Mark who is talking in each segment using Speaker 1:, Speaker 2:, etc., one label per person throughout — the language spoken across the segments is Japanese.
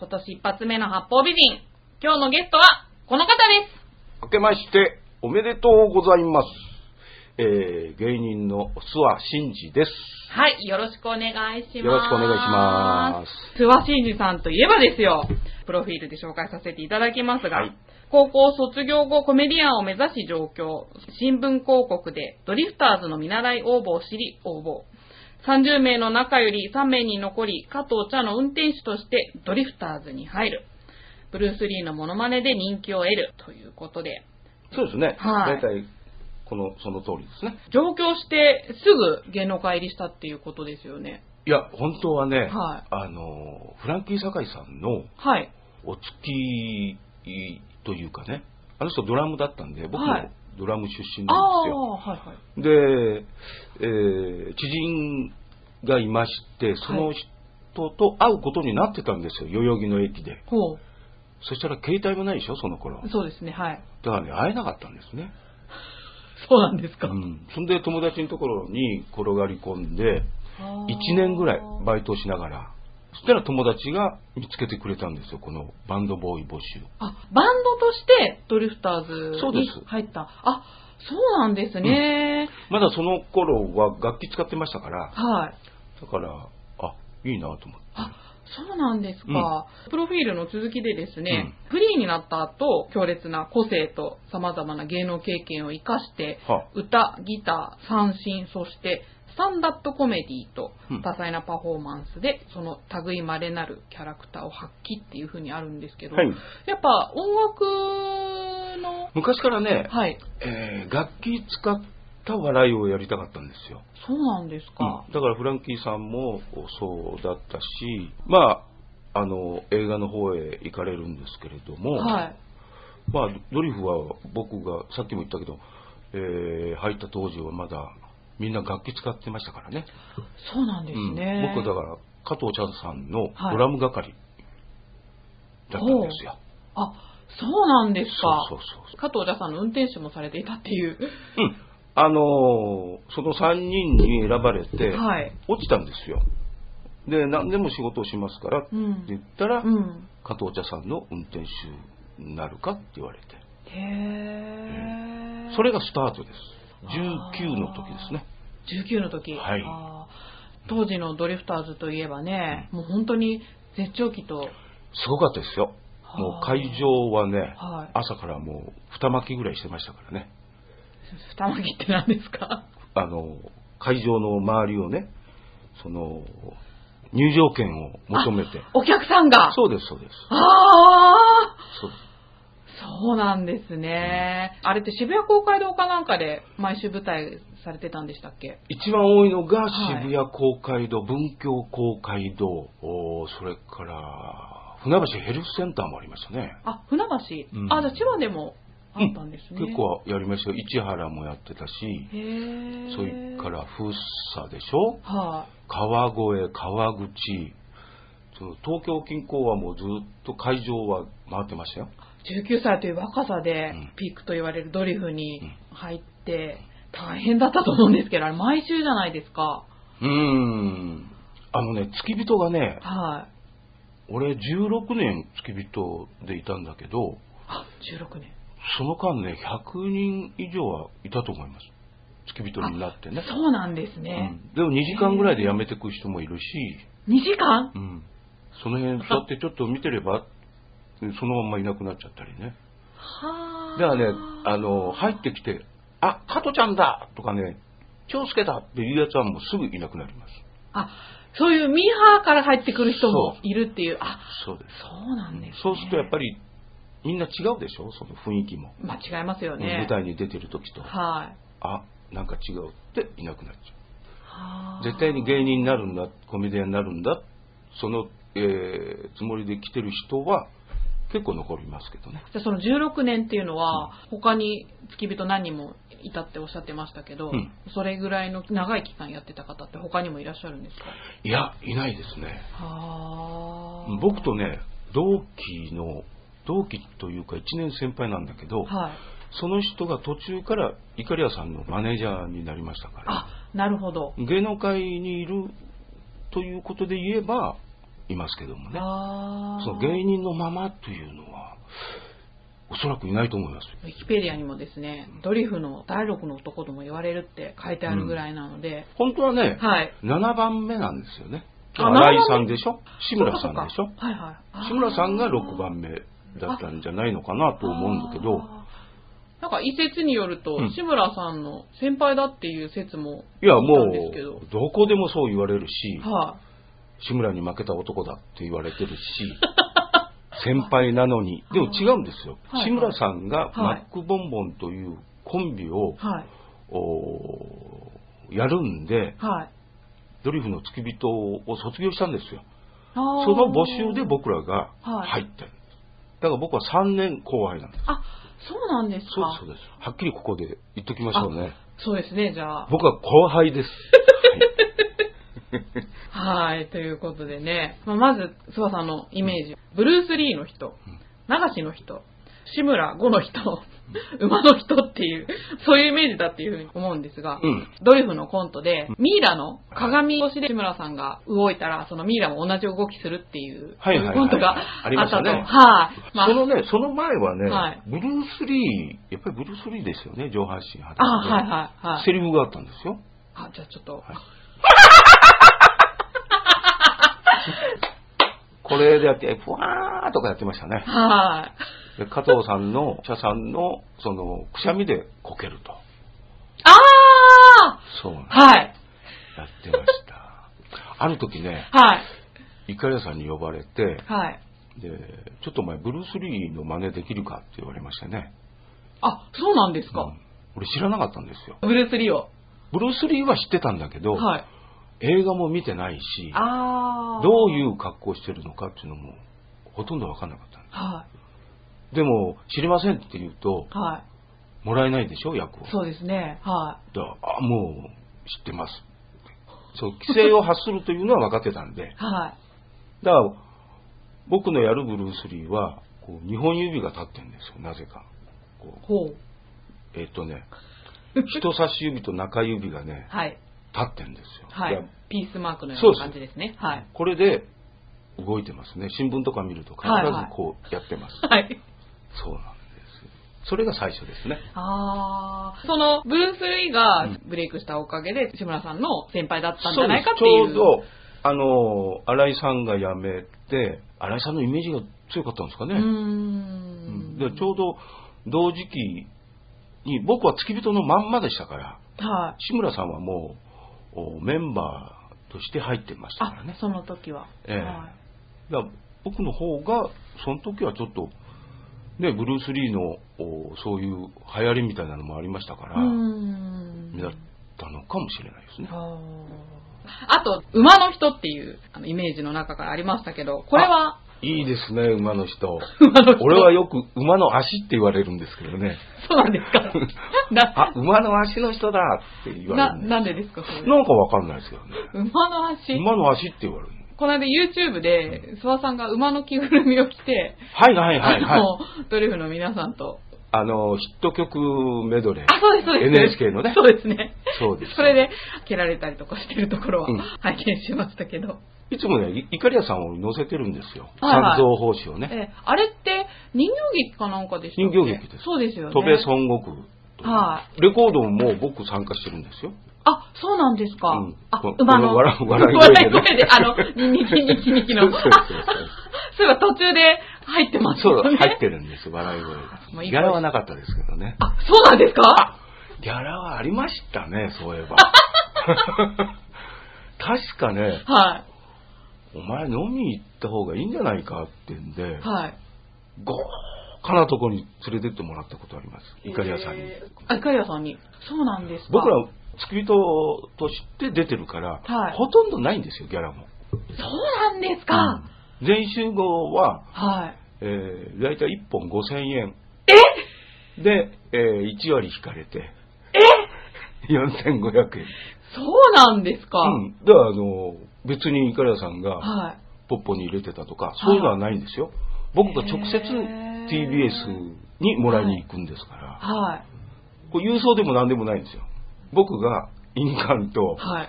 Speaker 1: 今年一発目の八方美人。今日のゲストはこの方です。
Speaker 2: 明けましておめでとうございます。えー、芸人の諏訪真二です。
Speaker 1: はい、よろしくお願いします。。
Speaker 2: よろしくお願いします
Speaker 1: 諏訪真二さんといえばですよ、プロフィールで紹介させていただきますが、
Speaker 2: はい
Speaker 1: 高校卒業後コメディアンを目指し上京、新聞広告でドリフターズの見習い応募を知り応募。30名の中より3名に残り、加藤茶の運転手としてドリフターズに入る。ブルース・リーのモノマネで人気を得るということで、
Speaker 2: そうですね。
Speaker 1: はい
Speaker 2: 大体、この、その通りですね。
Speaker 1: 上京してすぐ芸能界入りしたっていうことですよね。
Speaker 2: いや、本当はね、
Speaker 1: はい
Speaker 2: あの、フランキー酒井さんの
Speaker 1: はい。
Speaker 2: お付きというかね、あの人ドラムだったんで、僕
Speaker 1: は
Speaker 2: も
Speaker 1: い
Speaker 2: ドラム出身
Speaker 1: あ
Speaker 2: なんですよ。
Speaker 1: あ、はいはい。
Speaker 2: で、えー知人がいまして、その人と会うことになってたんですよ、代々木の駅で。
Speaker 1: ほ
Speaker 2: そしたら携帯もないでしょ、その頃
Speaker 1: う。。そうですね、はい。
Speaker 2: だからね、会えなかったんですね。
Speaker 1: そうなんですか。
Speaker 2: うん。そんで友達のところに転がり込んで、
Speaker 1: あー
Speaker 2: 1年ぐらいバイトしながら、そしたら友達が見つけてくれたんですよ、このバンドボーイ募集。
Speaker 1: あ、バンドとしてドリフター
Speaker 2: そう
Speaker 1: ズ
Speaker 2: で
Speaker 1: に
Speaker 2: す
Speaker 1: 入った。あ、そうなんですね。
Speaker 2: まだその頃は楽器使ってましたから、
Speaker 1: はい。
Speaker 2: だから、あ、いいなと思って。
Speaker 1: そうなんですか、プロフィールの続きでですね、
Speaker 2: う
Speaker 1: フリーになった後、強烈な個性と様々な芸能経験を生かして、
Speaker 2: は
Speaker 1: 歌、ギター、三振、そしてスタンダップコメディと
Speaker 2: うん
Speaker 1: 多彩なパフォーマンスで、その類いまれなるキャラクターを発揮っていう風にあるんですけど、
Speaker 2: はい。
Speaker 1: やっぱ音楽の、
Speaker 2: 昔からね、
Speaker 1: はい、
Speaker 2: えー楽器使った笑いをやりたかったんですよ。
Speaker 1: そうなんですか。
Speaker 2: だからフランキーさんもそうだったし、まあ、あの、映画の方へ行かれるんですけれども、
Speaker 1: はい。
Speaker 2: まあ、ドリフは僕がさっきも言ったけど、えー入った当時はまだみんな楽器使ってましたからね。
Speaker 1: そうなんですね。
Speaker 2: うん、僕はだから加藤茶さんの
Speaker 1: はい
Speaker 2: ドラム係だったんですよ。
Speaker 1: あ、そうなんですか。
Speaker 2: そうそうそう
Speaker 1: 加藤茶さんの運転手もされていたっていう。
Speaker 2: そう。うん。あのーその3人に選ばれて、
Speaker 1: はい。
Speaker 2: 落ちたんですよ。で、何でも仕事をしますからって
Speaker 1: う
Speaker 2: 言っ
Speaker 1: ん。
Speaker 2: たら、
Speaker 1: うん。
Speaker 2: 加藤茶さんの運転手になるかって言われて、
Speaker 1: へー。
Speaker 2: それがスタートです。19の
Speaker 1: あー
Speaker 2: 時ですね。
Speaker 1: 19の時、
Speaker 2: はい
Speaker 1: あー当時のドリフターズといえばね、もう本当に絶頂期と、
Speaker 2: すごかったですよ。もう
Speaker 1: はあ
Speaker 2: 会場はね、
Speaker 1: はい、
Speaker 2: 朝からもう二巻きぐらいしてましたからね。
Speaker 1: 二巻きって何ですか
Speaker 2: あの、会場の周りをね、その、入場券を求めて。
Speaker 1: お客さんが
Speaker 2: そうです、そうです。
Speaker 1: ああ
Speaker 2: そうです
Speaker 1: そうなんですね、あれって渋谷公会堂かなんかで毎週舞台されてたんでしたっけ
Speaker 2: 一番多いのが
Speaker 1: はい
Speaker 2: 渋谷公会堂、文京公会堂、おーそれから、船橋ヘルスセンターもありましたね。
Speaker 1: あ船橋、
Speaker 2: うん
Speaker 1: あじゃあ千葉でもあったんですね、
Speaker 2: 結構やりましたよ。市原もやってたし、
Speaker 1: へえ
Speaker 2: それから福生でしょ
Speaker 1: はい、
Speaker 2: 川越、川口。その東京近郊はもうずっと会場は回ってましたよ。
Speaker 1: 19歳という若さで
Speaker 2: うん
Speaker 1: ピークと言われるドリフに
Speaker 2: うん
Speaker 1: 入って大変だったと思うんですけど、あれ毎週じゃないですか。
Speaker 2: うーん。あのね、付き人がね、
Speaker 1: は
Speaker 2: 俺16年付き人でいたんだけど、
Speaker 1: い。あ、16年。
Speaker 2: その間ね、100人以上はいたと思います。付き人になってね。
Speaker 1: そうなんです
Speaker 2: う
Speaker 1: ね。
Speaker 2: ん、でも2時間ぐらいで辞めてく人もいるし、
Speaker 1: 2時間
Speaker 2: うん、その辺座ってちょっと見てれば、そのまんまいなくなっちゃったりね。
Speaker 1: は
Speaker 2: だ
Speaker 1: あ
Speaker 2: からね、あの、入ってきて、あ、加トちゃんだとかね、長介だっていうやつはもうすぐいなくなります。
Speaker 1: あ、そういうミーハーから入ってくる人も
Speaker 2: そう
Speaker 1: いるっていう。あ、
Speaker 2: そうです。
Speaker 1: そうなんですね。
Speaker 2: そうするとやっぱり、みんな違うでしょその雰囲気も。
Speaker 1: まあ違いますよね
Speaker 2: 舞。台に出てる時と、
Speaker 1: はい。
Speaker 2: あ、なんか違うっていなくなっちゃ
Speaker 1: はあ
Speaker 2: う。絶対に芸人になるんだ、コメディアンになるんだ、その、えーつもりで来てる人は、結構残りますけどね。
Speaker 1: じゃあその16年っていうのは、他に付き人何人もいたっておっしゃってましたけど、
Speaker 2: うん
Speaker 1: それぐらいの長い期間やってた方って他にもいらっしゃるんですか
Speaker 2: いや、いないですね。
Speaker 1: は
Speaker 2: 僕とね、同期の、同期というか1年先輩なんだけど、
Speaker 1: はい。
Speaker 2: その人が途中からイカリアさんのマネージャーになりましたから、
Speaker 1: あ、なるほど。
Speaker 2: 芸能界にいるということで言えば、いますけどもね、
Speaker 1: あー
Speaker 2: その芸人のままというのは、おそらくいないと思います。
Speaker 1: ウィキペディアにもですね、ドリフの第六の男とも言われるって書いてあるぐらいなので、
Speaker 2: 本当はね、
Speaker 1: はい。
Speaker 2: 7番目なんですよね。
Speaker 1: あ
Speaker 2: 新井さんでしょ志村さんでし
Speaker 1: そう
Speaker 2: ょ
Speaker 1: かそうかはいはいあー。
Speaker 2: 志村さんが6番目だったんじゃないのかなと思うんだけど、
Speaker 1: あー。なんか一説によると、
Speaker 2: うん
Speaker 1: 志村さんの先輩だっていう説も、
Speaker 2: いやも
Speaker 1: そうですけど
Speaker 2: う、どこでもそう言われるし、
Speaker 1: は
Speaker 2: 志村に負けた男だって言われてる し、先輩なのに、でも違うんですよ
Speaker 1: はい。
Speaker 2: 志村さんがマ
Speaker 1: はい
Speaker 2: ックボンボンというコンビ
Speaker 1: い、、
Speaker 2: を
Speaker 1: はい、
Speaker 2: おーやるんで、
Speaker 1: はい。
Speaker 2: ドリフの付き人を卒業したんですよ。
Speaker 1: そ
Speaker 2: その募集で、僕らが入ってるんです。だから僕は3年後輩なんです。
Speaker 1: あ、そうなんですか。
Speaker 2: そうです、そうです。はっきりここで言っときましょうね。
Speaker 1: そうですね、じゃあ。
Speaker 2: 僕は後輩です。
Speaker 1: はい、ということでね、まあ、まず、諏訪さんのイメージ、ブルース・リーの人
Speaker 2: うん、
Speaker 1: 流しの人、志村5の人、馬の人っていう、そういうイメージだっていうふうに思うんですが、
Speaker 2: うん。
Speaker 1: ドリフのコントで、ミイラの鏡越しで志村さんが動いたら、そのミイラも同じ動きするっていう、
Speaker 2: はいはいはい
Speaker 1: そういうコントが
Speaker 2: あり
Speaker 1: あ
Speaker 2: ま
Speaker 1: っ
Speaker 2: したた
Speaker 1: と。は
Speaker 2: ね
Speaker 1: い、まあ
Speaker 2: そのね、その前はね、
Speaker 1: はい
Speaker 2: ブルース・リー、やっぱりブルース・リーですよね、上半身裸
Speaker 1: あ、
Speaker 2: で
Speaker 1: はいはいはい。
Speaker 2: セリフがあったんですよ。
Speaker 1: あ、じゃあちょっと、
Speaker 2: はいこれでやって、ふわーとかやってましたね。
Speaker 1: はい。
Speaker 2: で加藤さんの、社さんの、その、くしゃみでこけると。
Speaker 1: ああ
Speaker 2: そうなんです
Speaker 1: はい、
Speaker 2: やってました。ある時ね、
Speaker 1: はい、
Speaker 2: イカリアさんに呼ばれて、
Speaker 1: はい。
Speaker 2: で、ちょっとお前、ブルース・リーの真似できるかって言われましたね。
Speaker 1: あ、そうなんです
Speaker 2: う
Speaker 1: か。
Speaker 2: ん俺知らなかったんですよ。
Speaker 1: ブルース・リーを。
Speaker 2: ブルース・リーは知ってたんだけど、
Speaker 1: はい。
Speaker 2: 映画も見てないし、
Speaker 1: あー
Speaker 2: どういう格好してるのかっていうのも、ほとんど分かんなかったんで
Speaker 1: は
Speaker 2: す。でも、知りませんって言うと、
Speaker 1: い。は
Speaker 2: もらえないでしょ、役を
Speaker 1: い。。そうですね。は
Speaker 2: だからあ、もう、知ってます。そう、規制を発するというのは分かってたんで
Speaker 1: い。、はい。
Speaker 2: だから、僕のやるブルース・リーは、こう、2本指が立ってるんですよ、なぜか。こう
Speaker 1: ほう。
Speaker 2: えっとね、人差し指と中指がね、
Speaker 1: はい。
Speaker 2: 立ってるんですよ。
Speaker 1: は
Speaker 2: だか
Speaker 1: い
Speaker 2: ら。
Speaker 1: ピースマークのような感じですね。はい。
Speaker 2: これで、動いてますね。新聞とか見ると必
Speaker 1: はいはい
Speaker 2: ずこうやってます。
Speaker 1: はい。
Speaker 2: そうなんです。それが最初ですね。
Speaker 1: あーその、ブルース・リーがブレイクしたおかげで、志村さんの先輩だったんじゃないかっていう。
Speaker 2: ちょうど、あの、新井さんが辞めて、新井さんのイメージが強かったんですか
Speaker 1: うー
Speaker 2: ね。
Speaker 1: ん。
Speaker 2: でちょうど同時期に、僕は付き人のまんまでしたから、
Speaker 1: はい。
Speaker 2: 志村さんはもうおメンバーとして入ってましたから
Speaker 1: あ
Speaker 2: ね。、
Speaker 1: その時は。
Speaker 2: ええ
Speaker 1: はい
Speaker 2: だから僕の方が、その時はちょっと、ね、ブルース・リーのおそういう流行りみたいなのもありましたか
Speaker 1: う
Speaker 2: ら、
Speaker 1: ーん。
Speaker 2: 目立ったのかもしれないですね。
Speaker 1: あーあと、馬の人っていうあのイメージの中からありましたけど、これは、
Speaker 2: いいですね、馬の人。
Speaker 1: 馬の人
Speaker 2: 俺はよく馬の足って言われるんですけどね。
Speaker 1: そうなんです かな
Speaker 2: あ、馬の足の人だって言わ
Speaker 1: な、
Speaker 2: れるんで
Speaker 1: なんでですか、それ。
Speaker 2: す。なんかわかんないですけどね。
Speaker 1: 馬の足
Speaker 2: 馬の足って言われる。
Speaker 1: この間 YouTube で、諏訪さんが馬の着ぐるみを着て、
Speaker 2: はいはいはい
Speaker 1: あ
Speaker 2: はい。
Speaker 1: の、ドリフの皆さんと。
Speaker 2: あの、ヒット曲メドレー。
Speaker 1: あ、そうです、そうです。
Speaker 2: NHK のね
Speaker 1: そうですね。
Speaker 2: そうです。
Speaker 1: それで、蹴られたりとかしてるところは
Speaker 2: うん
Speaker 1: 拝見しましたけど。
Speaker 2: いつもね、いイカリアさんを乗せてるんですよ。
Speaker 1: はいはい
Speaker 2: 三蔵法師をね。
Speaker 1: え、あれって、人形劇かなんかでしたっけ
Speaker 2: 人形劇です
Speaker 1: そうですよね。
Speaker 2: 戸部孫悟空という。
Speaker 1: は
Speaker 2: レコードも僕参加してるんですよ。
Speaker 1: あ、そうなんですか。
Speaker 2: うん
Speaker 1: あ
Speaker 2: こ、
Speaker 1: 馬
Speaker 2: こ
Speaker 1: の。
Speaker 2: の笑 う笑い声
Speaker 1: 笑
Speaker 2: でね
Speaker 1: い声で、あの、ニキニキニ キの。
Speaker 2: そうそうそうそう
Speaker 1: そういえば途中で入って ます
Speaker 2: そう、
Speaker 1: よね。
Speaker 2: 入ってるんですよ、笑い声
Speaker 1: も
Speaker 2: が
Speaker 1: ういい声
Speaker 2: ギャラはなかったですけどね。
Speaker 1: あ、そうなんですか
Speaker 2: ギャラはありましたね、そ ういえば。確かね、
Speaker 1: は
Speaker 2: お前飲み行った方がいいんじゃないかってんで、
Speaker 1: い。はい。
Speaker 2: 豪華なとこに連れてってもらったことあります。イカリアさんに。
Speaker 1: えー。あ、イカリアさんに。そうなんですか。
Speaker 2: 僕ら、付き人として出てるから、
Speaker 1: はい
Speaker 2: ほとんどないんですよ、ギャラも。
Speaker 1: そうなんですか。
Speaker 2: 全員集合は、
Speaker 1: はい。
Speaker 2: えー、だいたい1本5000円。で、えー、1割引かれて、4500円。
Speaker 1: そうなんですか、
Speaker 2: うん。だから、あの、別にイカラさんが
Speaker 1: はい。
Speaker 2: ポッポに入れてたとか、そういうのはないんですよ。僕が直接
Speaker 1: へー
Speaker 2: TBS にもらいに行くんですから、
Speaker 1: はい。
Speaker 2: これ郵送でも何でもないんですよ。僕が印鑑と、
Speaker 1: はい。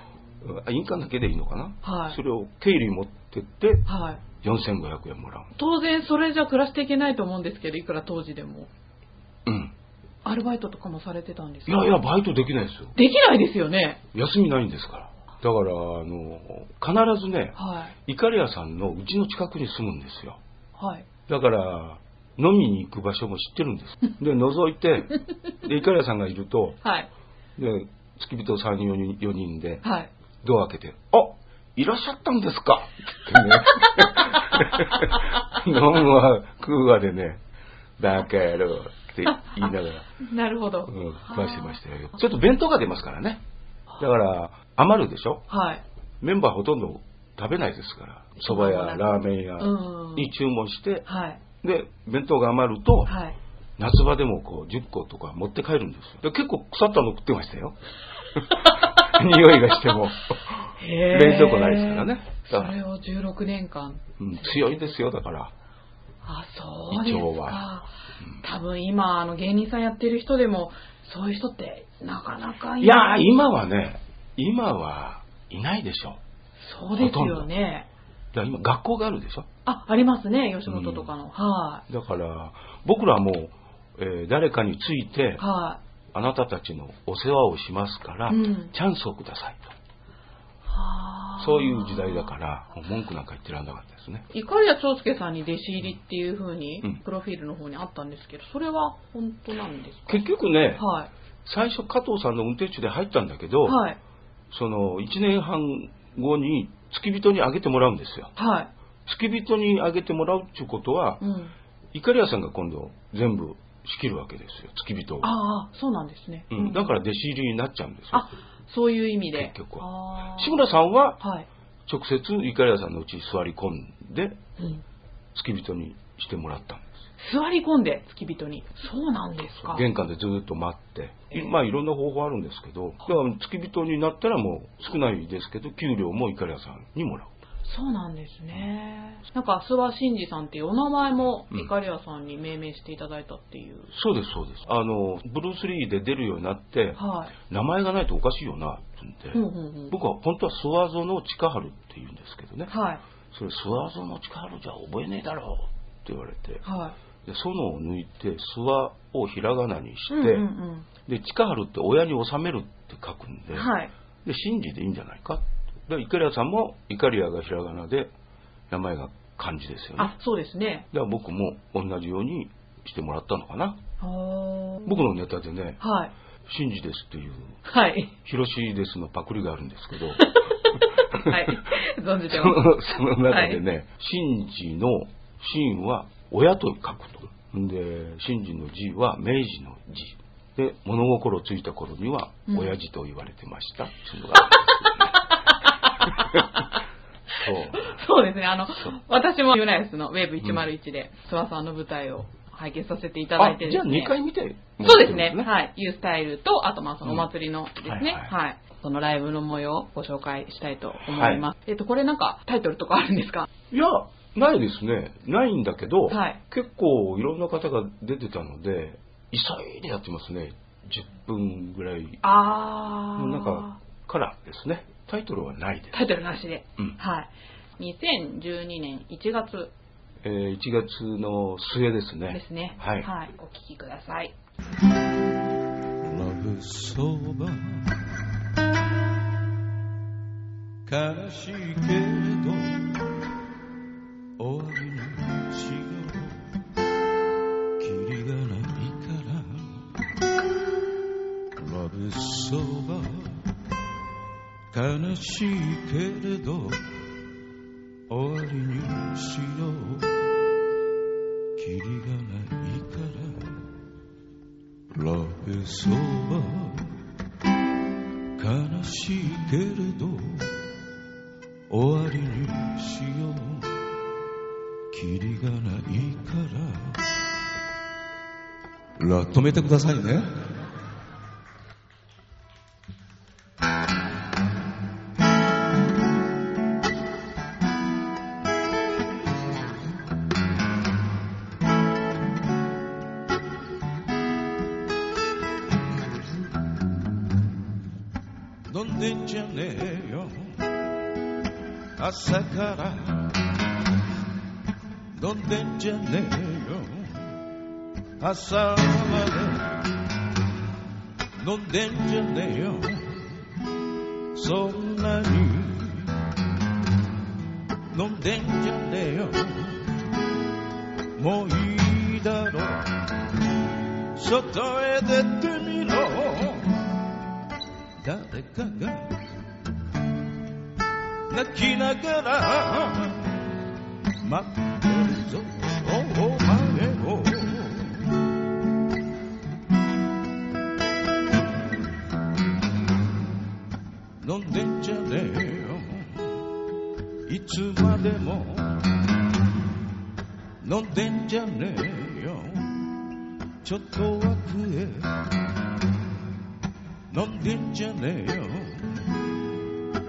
Speaker 2: あ印鑑だけでいいのかな、
Speaker 1: はい
Speaker 2: それを経理持ってって、
Speaker 1: はい。
Speaker 2: 4500円もらう。
Speaker 1: 当然それじゃ暮らしていけないと思うんですけど、いくら当時でも。
Speaker 2: うん。
Speaker 1: アルバイトとかもされてたんです
Speaker 2: い
Speaker 1: か
Speaker 2: やいや、バイトできないですよ。
Speaker 1: できないですよね。
Speaker 2: 休みないんですから。だから、あの、必ずね、
Speaker 1: はい。
Speaker 2: イカリアさんのうちの近くに住むんですよ。
Speaker 1: はい。
Speaker 2: だから、飲みに行く場所も知ってるんです。で、覗いて、で、イカリアさんがいると、
Speaker 1: はい。
Speaker 2: で、付き人3、4人 ,4 人で、
Speaker 1: はい。
Speaker 2: ドア開けて、あいらっしゃったんですか ってね。飲むわ、食うわでね、バカ野郎って言いながら、
Speaker 1: なるほど。
Speaker 2: うん、食わしてましたよ。ちょっと弁当が出ますからね。だから、余るでしょ
Speaker 1: はい。
Speaker 2: メンバーほとんど食べないですから、蕎麦やラーメン屋
Speaker 1: うん。
Speaker 2: に注文して、
Speaker 1: はい。
Speaker 2: で、弁当が余ると、
Speaker 1: はい。
Speaker 2: 夏場でもこう10個とか持って帰るんですよ。で結構腐ったの食ってましたよ。 匂いがしても。
Speaker 1: へー
Speaker 2: 冷蔵庫ないですからねだ
Speaker 1: そ
Speaker 2: から
Speaker 1: れを16年間。
Speaker 2: うん、強いですよ、だから。
Speaker 1: あ、そうです
Speaker 2: 胃腸
Speaker 1: か
Speaker 2: は。
Speaker 1: 多分今、あの芸人さんやってる人でも、そういう人ってなかなか
Speaker 2: いやー、今はね、今はいないでしょ。
Speaker 1: そうですよね。
Speaker 2: だから今、学校があるでしょ。
Speaker 1: あ、ありますね、吉本とかの。は
Speaker 2: だから、僕らも、えー誰かについ
Speaker 1: い。、
Speaker 2: て
Speaker 1: は
Speaker 2: あなたたちのお世話をしますから、
Speaker 1: うん
Speaker 2: チャンスをください
Speaker 1: い。
Speaker 2: と。
Speaker 1: はあ
Speaker 2: そういう時代だから、もう文句なんか言ってらんなかったですね。
Speaker 1: いかりや長介さんに弟子入りっていう風に
Speaker 2: うん、
Speaker 1: プロフィールの方にあったんですけど、それは本当なんです
Speaker 2: 結局ね、
Speaker 1: かはい。
Speaker 2: 最初加藤さんの運転手で入ったんだけど、
Speaker 1: はい。
Speaker 2: その1年半後に付き人にあげてもらうんですよ。
Speaker 1: はい。
Speaker 2: 付き人にあげてもらうっていうことは、
Speaker 1: うん。
Speaker 2: イカリアさんが今度全部仕切るわけですよ、付き人を。
Speaker 1: ああ、そうなんですね。
Speaker 2: うん、だから弟子入りになっちゃうんですよ
Speaker 1: あ。、そういう意味で。
Speaker 2: 結局
Speaker 1: は
Speaker 2: 志村さんは
Speaker 1: はい。
Speaker 2: 直接イカリアさんのうちに座り込んで
Speaker 1: うん
Speaker 2: 付き人にしてもらったんです。
Speaker 1: 座り込んで、付き人に。そうなんですか。
Speaker 2: 玄関でずっと待って、
Speaker 1: ええ
Speaker 2: まあいろんな方法あるんですけど、だから付き人になったらもう少ないですけど、給料もイカリアさんにもらう。
Speaker 1: そうなんですね。なんか、諏訪真二さんっていうお名前も、
Speaker 2: うん
Speaker 1: いかりやさんに命名していただいたっていう。
Speaker 2: そうです、そうです。あの、ブルース・リーで出るようになって、
Speaker 1: はい。
Speaker 2: 名前がないとおかしいよな、って
Speaker 1: うん
Speaker 2: 言
Speaker 1: う
Speaker 2: って、
Speaker 1: んうん。
Speaker 2: 僕は本当は諏訪園近春って言うんですけどね、
Speaker 1: はい。
Speaker 2: それ諏訪園近春じゃ覚えねえだろうって言われて、
Speaker 1: は
Speaker 2: で、園を抜いて、諏訪をひらがなにし
Speaker 1: い。
Speaker 2: て、
Speaker 1: うんうん
Speaker 2: で、近春って親に納めるって書くん
Speaker 1: う
Speaker 2: で、
Speaker 1: ん。はい。
Speaker 2: で、真治でいいんじゃないか。で、イカリアさんも、イカリアがひらがなで、名前が漢字ですよね。だ
Speaker 1: あ、
Speaker 2: か
Speaker 1: そうですね。
Speaker 2: ら僕も同じようにしてもらったのかな。
Speaker 1: おー
Speaker 2: 僕のネタでね、
Speaker 1: はい。
Speaker 2: 真治ですっていう、
Speaker 1: はい。
Speaker 2: 広しですのパクリがあるんですけど、
Speaker 1: はい。存じて
Speaker 2: そ
Speaker 1: ます。
Speaker 2: のその中でね、真治の真は親と書くと。んで、真治の字は明治の字。で、物心ついた頃には
Speaker 1: うん、
Speaker 2: 親父と言われてました。っ ていうのがあるんですよねそう。
Speaker 1: そうですね。あの
Speaker 2: そう、
Speaker 1: 私もユナイスのウェーブ101で、諏訪さんの舞台を拝見させていただいて
Speaker 2: あ
Speaker 1: で
Speaker 2: じゃ
Speaker 1: す
Speaker 2: あ
Speaker 1: ね。
Speaker 2: 2回見て、
Speaker 1: そうですね。はい。ユースタイルと、あとまあそのお祭りのですね。
Speaker 2: うんは
Speaker 1: はい
Speaker 2: い
Speaker 1: は
Speaker 2: はいい
Speaker 1: そのライブの模様をご紹介したいと思います。えっと、これなんかタイトルとかあるんですか
Speaker 2: いや、ないですね。ないんだけど、
Speaker 1: はい
Speaker 2: 結構いろんな方が出てたので、急いでやってますね。10分ぐらい
Speaker 1: あー。
Speaker 2: なんかからですね。タイトルはないです。
Speaker 1: タイトルなしで。
Speaker 2: うん
Speaker 1: はい。2012年1月
Speaker 2: えー1月の末ですね。
Speaker 1: ですね。
Speaker 2: はい。
Speaker 1: はい。お聴きください。
Speaker 3: ラブそば悲しいけれど終わりの違うキリがないからラブそば悲しいけれど終わりにしようキリがないからラブそば悲しいけれど終わりにしようキ
Speaker 4: キリがないからら止めてくださいね飲んでんじゃねえよ朝から飲んでんじゃねえよ朝まで飲んでんじゃねえよそんなに飲んでんじゃねえよもういいだろ外へ出てみろ誰かが泣きながら待ってるぞお前を飲んでんじゃねえよいつまでも飲んでんじゃねえよちょっとは食え飲んでんじゃねえよ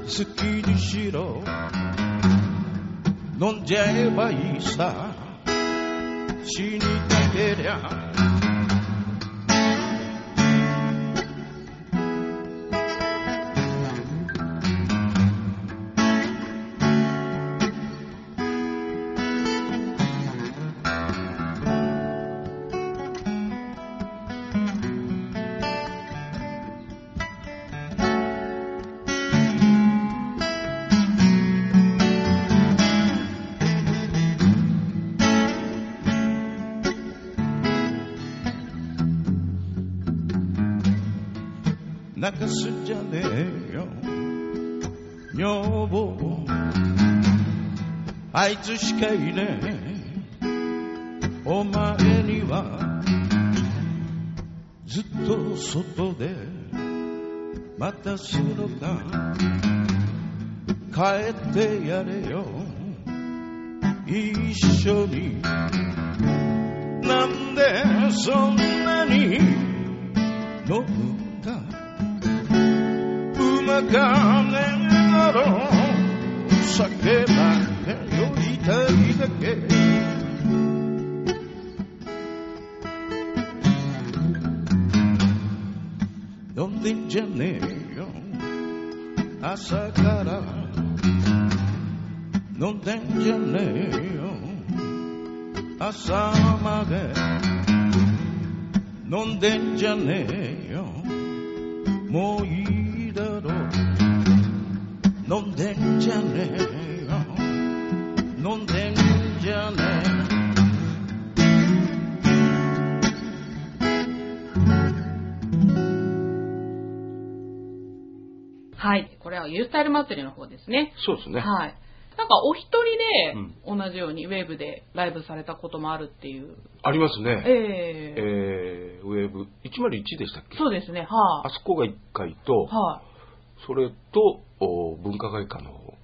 Speaker 4: 好きにしろ飲んじゃえばいいさ死にたけりゃ泣かすんじゃねえよ女房あいつしかいねえお前にはずっと外でまたするのか帰ってやれよ一緒になんでそんなに飲むか馬かねえだろ酒なんて酔いたいだけ飲んでんじゃねえよ朝から飲んでんじゃねえよ朝まで飲んでんじゃねえよもういいだろう飲んでんじゃねえよ飲んでんじゃね
Speaker 1: はい。これはユースタイル祭りの方ですね。
Speaker 2: そうですね。
Speaker 1: はい。なんかお一人で同じようにウェーブでライブされたこともあるっていう。
Speaker 2: ありますね。
Speaker 1: ええ
Speaker 2: えー、ウェーブ101でしたっけ
Speaker 1: そうですね。はい、
Speaker 2: あそこが1回と、
Speaker 1: はい、
Speaker 2: それとお文化会館の方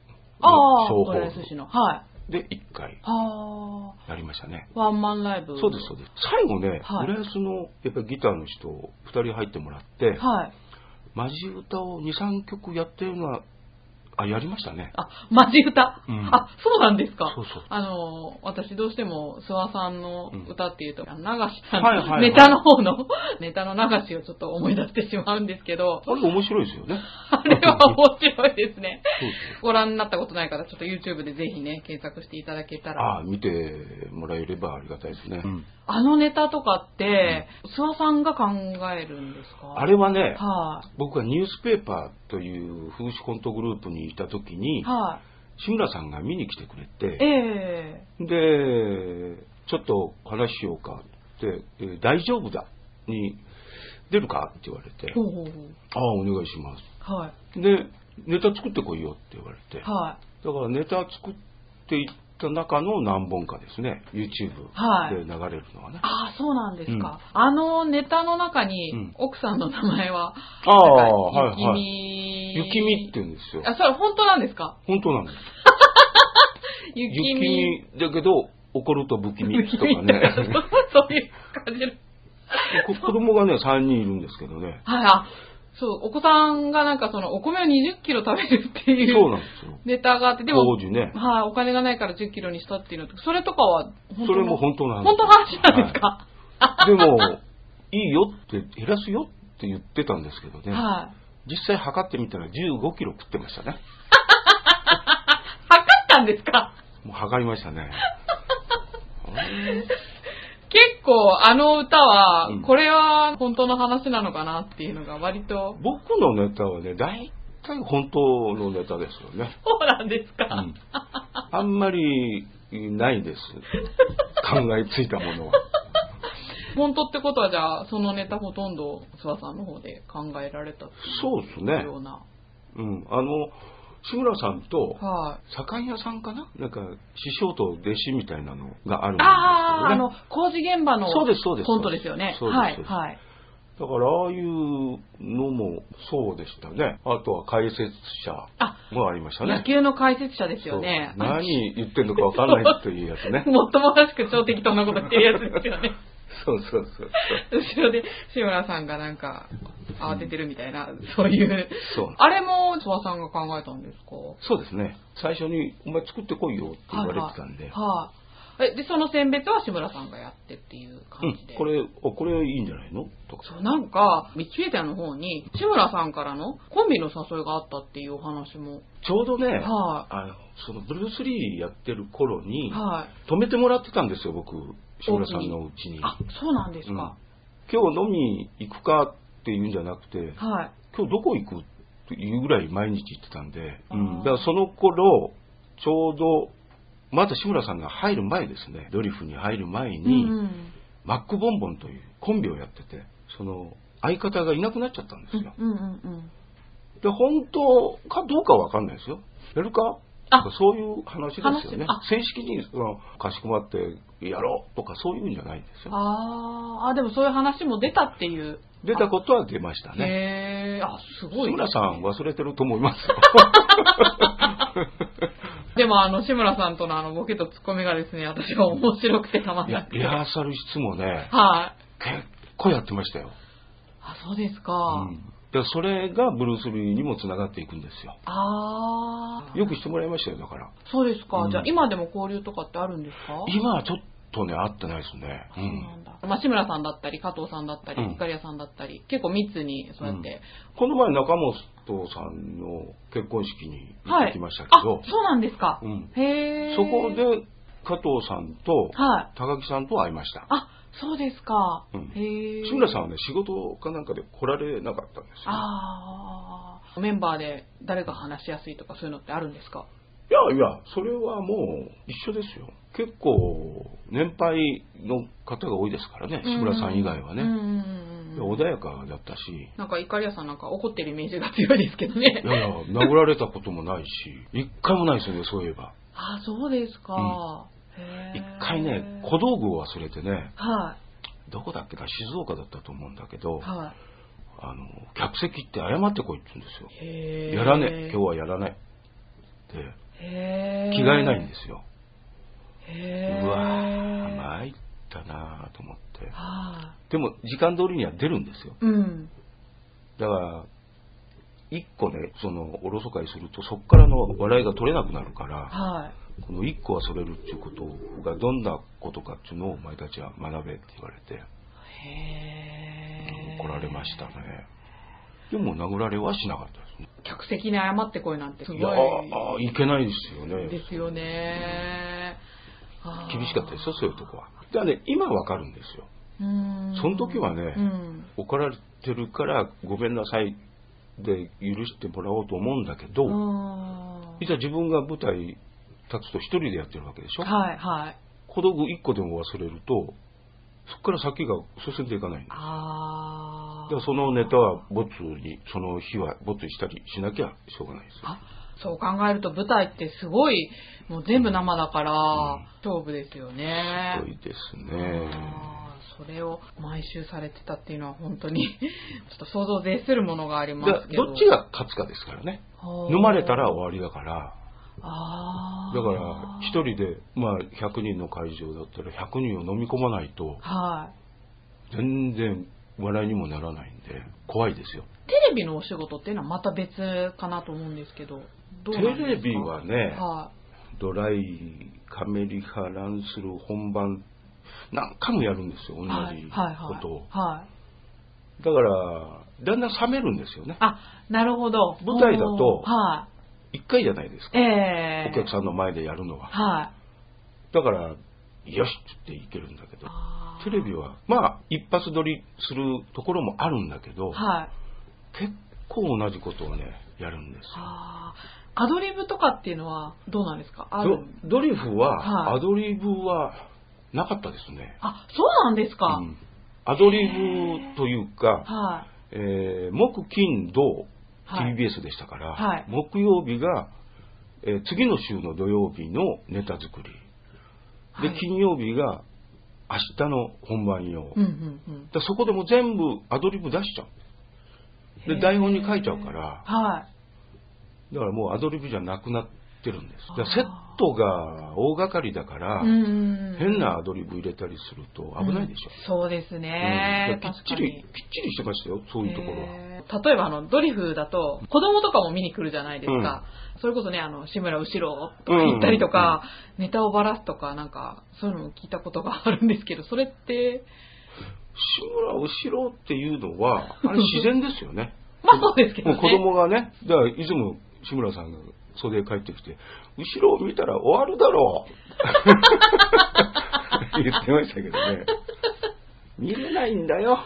Speaker 1: ああ、
Speaker 2: の
Speaker 1: ドライ
Speaker 2: 双
Speaker 1: 寿司
Speaker 2: 方
Speaker 1: の。はい。
Speaker 2: で1回
Speaker 1: あ
Speaker 2: やりましたね。
Speaker 1: あ、ワンマンライブ。
Speaker 2: そうです、そうです。最後ね、
Speaker 1: はい
Speaker 2: 浦安のやっぱりギターの人2人入ってもらって、
Speaker 1: はい。
Speaker 2: マジ歌を2、3曲やったような、あ、やりましたね。
Speaker 1: あ、マジ歌、
Speaker 2: うん
Speaker 1: あ、そうなんですか
Speaker 2: そうそう。
Speaker 1: あのー、私どうしても、諏訪さんの歌っていうと、流しさん、
Speaker 2: はいはいはい
Speaker 1: ネタの方の、 ネタの流しをちょっと思い出してしまうんですけど、
Speaker 2: あれ面白いですよね。
Speaker 1: あれは面白いですね。
Speaker 2: そうです
Speaker 1: ご覧になったことない方、ちょっと YouTube でぜひね、検索していただけたら。
Speaker 2: ああ、見てもらえればありがたいですね。
Speaker 1: あのネタとかって、諏訪さんが考えるんですか
Speaker 2: あれはね、
Speaker 1: は
Speaker 2: 僕がニュースペーパーという風刺コントグループにいた時
Speaker 1: い、
Speaker 2: に、
Speaker 1: はい、
Speaker 2: 志村さんが見に来てくれ
Speaker 1: ええ
Speaker 2: て、で、ちょっと話しようかって、えー大丈夫だに出るかって言われて、
Speaker 1: ほうほうほう。
Speaker 2: ああ、お願いしま
Speaker 1: はい。
Speaker 2: す。で、ネタ作ってこいよって言われて、
Speaker 1: は
Speaker 2: だからネタ作っていった中の何本かですね、YouTube
Speaker 1: はい
Speaker 2: で流れるのはね
Speaker 1: い。。ああ、そうなんですか。あのネタの中に、
Speaker 2: うん
Speaker 1: 奥さんの名前は、
Speaker 2: ああ、
Speaker 1: なん
Speaker 2: はい
Speaker 1: か
Speaker 2: はい。
Speaker 1: 雪見、
Speaker 2: 雪見って言うんですよ。
Speaker 1: あ、それ本当なんですか
Speaker 2: 本当なんです。
Speaker 1: 雪
Speaker 2: 雪
Speaker 1: 見。
Speaker 2: 見だけど、怒ると不気味とか
Speaker 1: みたいな
Speaker 2: ね。
Speaker 1: そういう感じの。
Speaker 2: こ子供がね、3人いるんですけどね。
Speaker 1: はい、あ、そう、お子さんがなんかその、お米を20キロ食べるってい
Speaker 2: そう
Speaker 1: う
Speaker 2: なんですよ。
Speaker 1: ネタがあって、でも、
Speaker 2: 当
Speaker 1: はい、
Speaker 2: 時ね。
Speaker 1: お金がないから10キロにしたっていうのと、それとかは本当の、
Speaker 2: それも本当なん
Speaker 1: 本当の話なんですか
Speaker 2: でも、いいよって、減らすよって言ってたんですけどね。
Speaker 1: はい。
Speaker 2: 実際測ってみたら15キロ食ってましたね。
Speaker 1: 測ったんですか
Speaker 2: もう測りましたね。
Speaker 1: 結構あの歌は、
Speaker 2: うん
Speaker 1: これは本当の話なのかなっていうのが割と、
Speaker 2: 僕のネタはね、大体本当のネタですよね。
Speaker 1: そうなんですか、
Speaker 2: うんあんまりないです。考えついたものは。
Speaker 1: 本当ってことはじゃあ、そのネタほとんど諏訪さんの方で考えられたっていう
Speaker 2: そうですね。
Speaker 1: ような。
Speaker 2: うん。あの、志村さんと、
Speaker 1: はい。
Speaker 2: 酒屋さんかななんか、師匠と弟子みたいなのがあるんですけどね。
Speaker 1: ああー、あの、工事現場の
Speaker 2: そうです、そうです。
Speaker 1: コントですよね。
Speaker 2: そうです
Speaker 1: はい、
Speaker 2: そうです
Speaker 1: はい。
Speaker 2: だから、ああいうのもそうでしたね。あとは解説者
Speaker 1: あ、
Speaker 2: もありました
Speaker 1: 野
Speaker 2: ね。
Speaker 1: 球の解説者ですよね。。
Speaker 2: そう何言ってんのかわかんないっていうやつね
Speaker 1: もっともらしく超適当なこと言ってるやつですよね。
Speaker 2: そうそうそう。
Speaker 1: 後ろで志村さんがなんか慌ててるみたいな、そういう。
Speaker 2: そう
Speaker 1: あれも諏訪さんが考えたんですか
Speaker 2: そうですね。最初に、お前作ってこいよって言われてたんで。
Speaker 1: はい、はいえで、その選別は志村さんがやってっていう
Speaker 2: う
Speaker 1: 感じ
Speaker 2: ん
Speaker 1: で。、
Speaker 2: これ、あこれいいんじゃないのとか。
Speaker 1: そう、なんか、ミッチュエの方に、志村さんからのコンビの誘いがあったっていうお話も。
Speaker 2: ちょうどね、
Speaker 1: は
Speaker 2: あの、そのブルース・リーやってる頃
Speaker 1: い、
Speaker 2: に、
Speaker 1: はい、
Speaker 2: 止めてもらってたんですよ、僕、志村さんのうちに。
Speaker 1: あ、そうなんですか。
Speaker 2: 今日飲み行くかっていうんじゃなくて、
Speaker 1: はい。
Speaker 2: 今日どこ行くっていうぐらい毎日行ってたんで、う
Speaker 1: あ
Speaker 2: ん、
Speaker 1: ー
Speaker 2: だからその頃、ちょうど、まだ志村さんが入る前ですね、ドリフに入る前に、
Speaker 1: うん
Speaker 2: マックボンボンというコンビをやってて、その、相方がいなくなっちゃったんですよ。
Speaker 1: うんうんうん。
Speaker 2: で、本当かどうかはわかんないですよ。やるか
Speaker 1: あ
Speaker 2: とかそういう話ですよ
Speaker 1: 話
Speaker 2: ね
Speaker 1: あ。
Speaker 2: 正式にそのかしこまってやろうとかそういうんじゃないんですよ。
Speaker 1: あーあ、でもそういう話も出たっていう。
Speaker 2: 出たことは出ましたね。
Speaker 1: へえ、あ、すごい。
Speaker 2: 志村さん忘れてると思 いますよ。
Speaker 1: でもあの、志村さんとのあの、ボケとツッコミがですね、私は面白くてたまん
Speaker 2: い
Speaker 1: な
Speaker 2: や、
Speaker 1: くて。
Speaker 2: リ
Speaker 1: はい、
Speaker 2: ハーサル室もね、
Speaker 1: あ。
Speaker 2: 結構やってましたよ。
Speaker 1: そうですか。
Speaker 2: うん、でそれがブルース・リーにもつながっていくんですよ。
Speaker 1: ああ。
Speaker 2: よくしてもらいましたよ、だから。
Speaker 1: そうですか。
Speaker 2: うん
Speaker 1: じゃあ今でも交流とかってあるんですか
Speaker 2: 今はちょっとね、会ってないですね。う
Speaker 1: そうんなんだ。まあ、志村さんだったり、加藤さんだったり、
Speaker 2: うん
Speaker 1: いかりやさんだったり、結構密にそうやって。
Speaker 2: この前、中本さんの結婚式に行っ
Speaker 1: は
Speaker 2: て
Speaker 1: い。
Speaker 2: きましたけ
Speaker 1: あ、
Speaker 2: ど、
Speaker 1: そうなんですか。
Speaker 2: うん、
Speaker 1: へえ。
Speaker 2: そこ。で加藤さんと
Speaker 1: はい。
Speaker 2: 高木さんと会いました。
Speaker 1: あ、そうですか。
Speaker 2: うん
Speaker 1: へえ。
Speaker 2: 志村さんはね、仕事かなんかで来られなかったんですよ。
Speaker 1: ああ。メンバーで誰が話しやすいとかそういうのってあるんですか
Speaker 2: いやいや、それはもう一緒ですよ。結構、年配の方が多いですからね、志村さん以外はね。
Speaker 1: うんうんうんうん
Speaker 2: 穏やかだったし、い
Speaker 1: なんか、イカリアさんなんか怒ってるイメージが強いですけどね。
Speaker 2: やいや、殴られたこともないし、一回もないですよね、そういえば。
Speaker 1: あ、そうですか。へえ
Speaker 2: 一回ね、小道具を忘れてね、
Speaker 1: は
Speaker 2: どこだっけな、静岡だったと思うんだけど
Speaker 1: い。、は
Speaker 2: あの、客席行って謝ってこいって言うんですよ
Speaker 1: い。。へえ。
Speaker 2: やらねえ、今日はやらない。で、
Speaker 1: へえ。
Speaker 2: 着替えないんですよ。
Speaker 1: へえ。
Speaker 2: うわ
Speaker 1: ぁ
Speaker 2: ぁ、参ったなぁと思って。
Speaker 1: は
Speaker 2: でも、時間通りには出るんですよ。
Speaker 1: い。うん。
Speaker 2: だから、一個ね、その、おろそかにすると、そこからの笑いが取れなくなるから、
Speaker 1: は
Speaker 2: この一個はそれるっていうことがどんなことかっていうのをお前たちは学べって言われて、
Speaker 1: い。へえ。
Speaker 2: 怒られました。ね。でも殴られはしなかったですね。
Speaker 1: 客席に謝ってこいなんてすごい
Speaker 2: いや、ああいけないですよね。
Speaker 1: ですよね。あー
Speaker 2: 厳しかったですよ、そういうとこは。だからね、今わかるんですよ。
Speaker 1: うん。
Speaker 2: その時はね
Speaker 1: うん。
Speaker 2: 怒られてるから、ごめんなさいで許してもらおうと思うんだけど、
Speaker 1: あ
Speaker 2: いざ自分が舞台立つと一人でやってるわけでし
Speaker 1: ー
Speaker 2: ょ。
Speaker 1: はい、はい。
Speaker 2: 小道具1個でも忘れると、そこから先が進んでいかないんだ。
Speaker 1: あー
Speaker 2: だからそのネタは没に、その日は没したりしなきゃしょうがないですよ。
Speaker 1: あそう考えると舞台ってすごい、もう全部生だから、勝負ですよね
Speaker 2: すご。いですね。
Speaker 1: あーそれを毎週されてたっていうのは本当に ちょっと想像を絶するものがありま
Speaker 2: だ
Speaker 1: すけど
Speaker 2: どっちが勝つかですからね。
Speaker 1: はー
Speaker 2: 飲まれたら終わりだから、
Speaker 1: ああ。
Speaker 2: だから、一人で、まあ、100人の会場だったら、100人を飲み込まないと、
Speaker 1: はい。
Speaker 2: 全然笑いにもならないんで、怖いですよ。
Speaker 1: テレビのお仕事っていうのはまた別かなと思うんですけど、どうな
Speaker 2: テ
Speaker 1: んですか
Speaker 2: レビはね、
Speaker 1: は
Speaker 2: ドライ、カメリハ、ランスル、本番、何回もやるんですよ、
Speaker 1: い。
Speaker 2: 同じ
Speaker 1: はい。はい。
Speaker 2: ことを。
Speaker 1: はい。
Speaker 2: だから、だんだん冷めるんですよね。
Speaker 1: あ、なるほど。
Speaker 2: 舞台だと
Speaker 1: おーは
Speaker 2: 一回じゃないです
Speaker 1: い。
Speaker 2: か。
Speaker 1: ええ
Speaker 2: お客さんの前でやるのは。
Speaker 1: はい。
Speaker 2: だから、よしって言っていけるんだけど、
Speaker 1: あー
Speaker 2: テレビは、まあ、一発撮りするところもあるんだけど、
Speaker 1: はい。
Speaker 2: 結構同じことをね、やるんですよ。
Speaker 1: あーアドリブとかっていうのはどうなんですかある
Speaker 2: ドドリフは、
Speaker 1: はい
Speaker 2: アドリブはなかったですね。
Speaker 1: あ、そうなんですか、
Speaker 2: うんアドリブというか、
Speaker 1: はい。
Speaker 2: えー木、金、土、
Speaker 1: はい
Speaker 2: TBS でしたから、
Speaker 1: はい
Speaker 2: 木曜日が、えー次の週の土曜日のネタ作り、
Speaker 1: は
Speaker 2: で
Speaker 1: い
Speaker 2: 金曜日が明日の本番
Speaker 1: う
Speaker 2: 用、
Speaker 1: ん
Speaker 2: だか
Speaker 1: うんうん。
Speaker 2: らそこでもう全部アドリブ出しちゃう
Speaker 1: へ
Speaker 2: で
Speaker 1: ー
Speaker 2: 台本に書いちゃうから
Speaker 1: はい。
Speaker 2: うだからもうアドリブじゃなくなってるんですだからセッ
Speaker 1: あー
Speaker 2: トが大掛かりだから、
Speaker 1: うんうんうん
Speaker 2: 変なアドリブ入れたりすると危ないでしょ、
Speaker 1: うんそうです
Speaker 2: うん
Speaker 1: ね。
Speaker 2: だからきっちりきっちりしてましたよそういうところは、
Speaker 1: へー例えばあのドリフだと子供とかも見に来るじゃないですか、それこそねあの志村後ろとか行ったりとか、ネタをばらすとかなんかそういうのも聞いたことがあるんですけ どそれって
Speaker 2: 志村後ろっていうのはあれ自然ですよね
Speaker 1: まあそうですけど
Speaker 2: も
Speaker 1: ね
Speaker 2: う子供がね、だからいつも志村さんが袖へ帰ってきて、後ろを見たら終わるだろ う言ってましたけどね。見れないんだよ。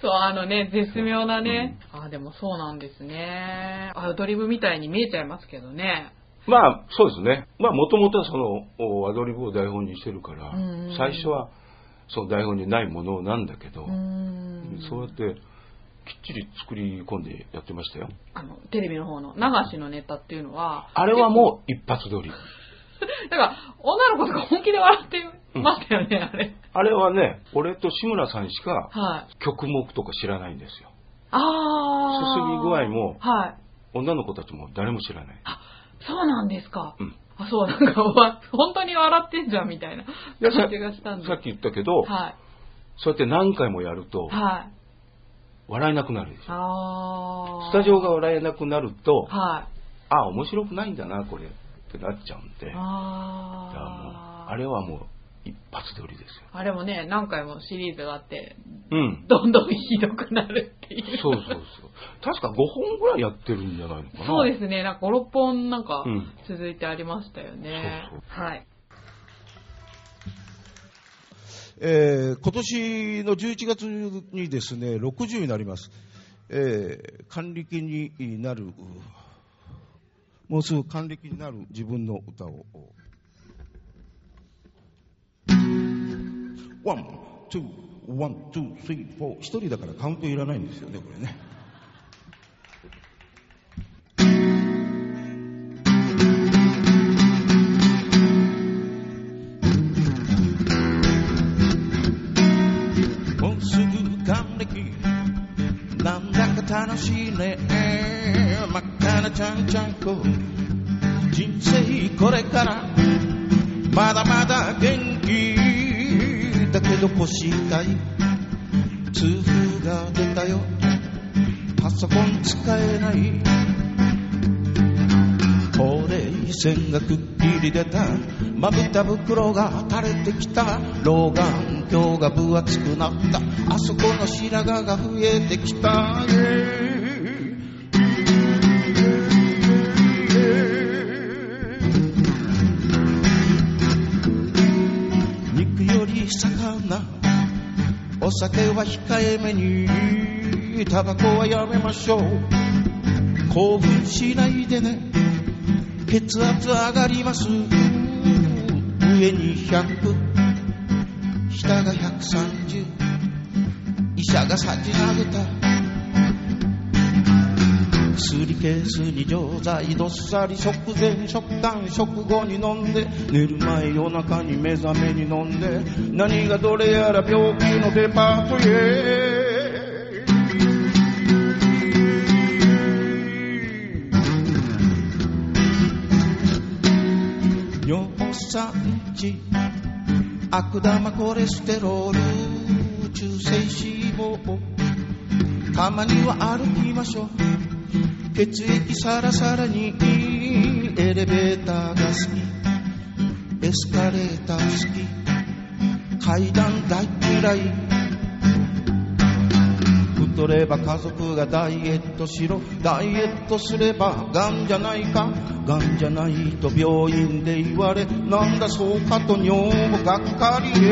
Speaker 1: そうあのね絶妙なね、あでもそうなんですねアドリブみたいに見えちゃいますけどね
Speaker 2: まあ、そうですね。まあ、もともとはそのおアドリブを台本にしてるから
Speaker 1: うんうん、
Speaker 2: 最初はその台本にないものなんだけど
Speaker 1: うー、ん
Speaker 2: そうやってきっちり作り込んでやってましたよ。
Speaker 1: あのテレビの方の流しのネタっていうのは
Speaker 2: あれはもう一発撮り。
Speaker 1: だから女の子とか本気で笑ってましたよね、あれ
Speaker 2: あれはね、俺と志村さんしか
Speaker 1: はい
Speaker 2: 曲目とか知らないんですよ。
Speaker 1: ああ
Speaker 2: 進み具合も
Speaker 1: はい
Speaker 2: 女の子たちも誰も知らない。
Speaker 1: そうなんですか。
Speaker 2: うん
Speaker 1: あ、そう、なんか、わ本当に笑ってんじゃんみたいな
Speaker 2: やさ
Speaker 1: 感じがしたんで。
Speaker 2: さっき言ったけど、
Speaker 1: は
Speaker 2: そうやって何回もやると
Speaker 1: い。はい。
Speaker 2: 笑えなくなるでしょ。
Speaker 1: あー
Speaker 2: スタジオが笑えなくなる
Speaker 1: は
Speaker 2: と、
Speaker 1: い。
Speaker 2: あ、面白くないんだな、これってなっちゃうんで、だからもう
Speaker 1: あー
Speaker 2: あれはもう一発撮りですよ。
Speaker 1: あれもね、何回もシリーズがあって、
Speaker 2: うん。
Speaker 1: どんどんひどくなるっていう。
Speaker 2: そうそう そう。確か5本ぐらいやってるんじゃないのかな。
Speaker 1: そうですね、なんか5、6本なんか
Speaker 2: うん
Speaker 1: 続いてありましたよね。
Speaker 2: そうそ
Speaker 1: はい。
Speaker 4: えー今年の11月にですね、60になります。えー還暦になる、もうすぐ還暦になる自分の歌を。ワン、ツー、ワン、ツー、スリー、フォー。一人だからカウントいらないんですよね、これね。もうすぐ還暦なんだか楽しいね真っ赤なちゃんちゃんこ人生これからまだまだ元気だけど腰痛い痛風が出たよパソコン使えない高齢線がくっきり出たまぶた袋が垂れてきた老眼鏡が分厚くなったあそこの白髪が増えてきたイエーイイエーイ肉より魚お酒は控えめにタバコはやめましょう興奮しないでね血圧上がります上に100下が130医者が差し上げた薬ケースに錠剤どっさり食前食間食後に飲んで寝る前夜中に目覚めに飲んで何がどれやら病気のデパートへ産地悪玉コレステロール中性脂肪たまには歩きましょう血液サラサラにエレベーターが好きエスカレーター好き階段大嫌い太れば家族がダイエットしろダイエットすればがんじゃないかがんじゃないと病院で言われなんだそうかと女房がっかりへ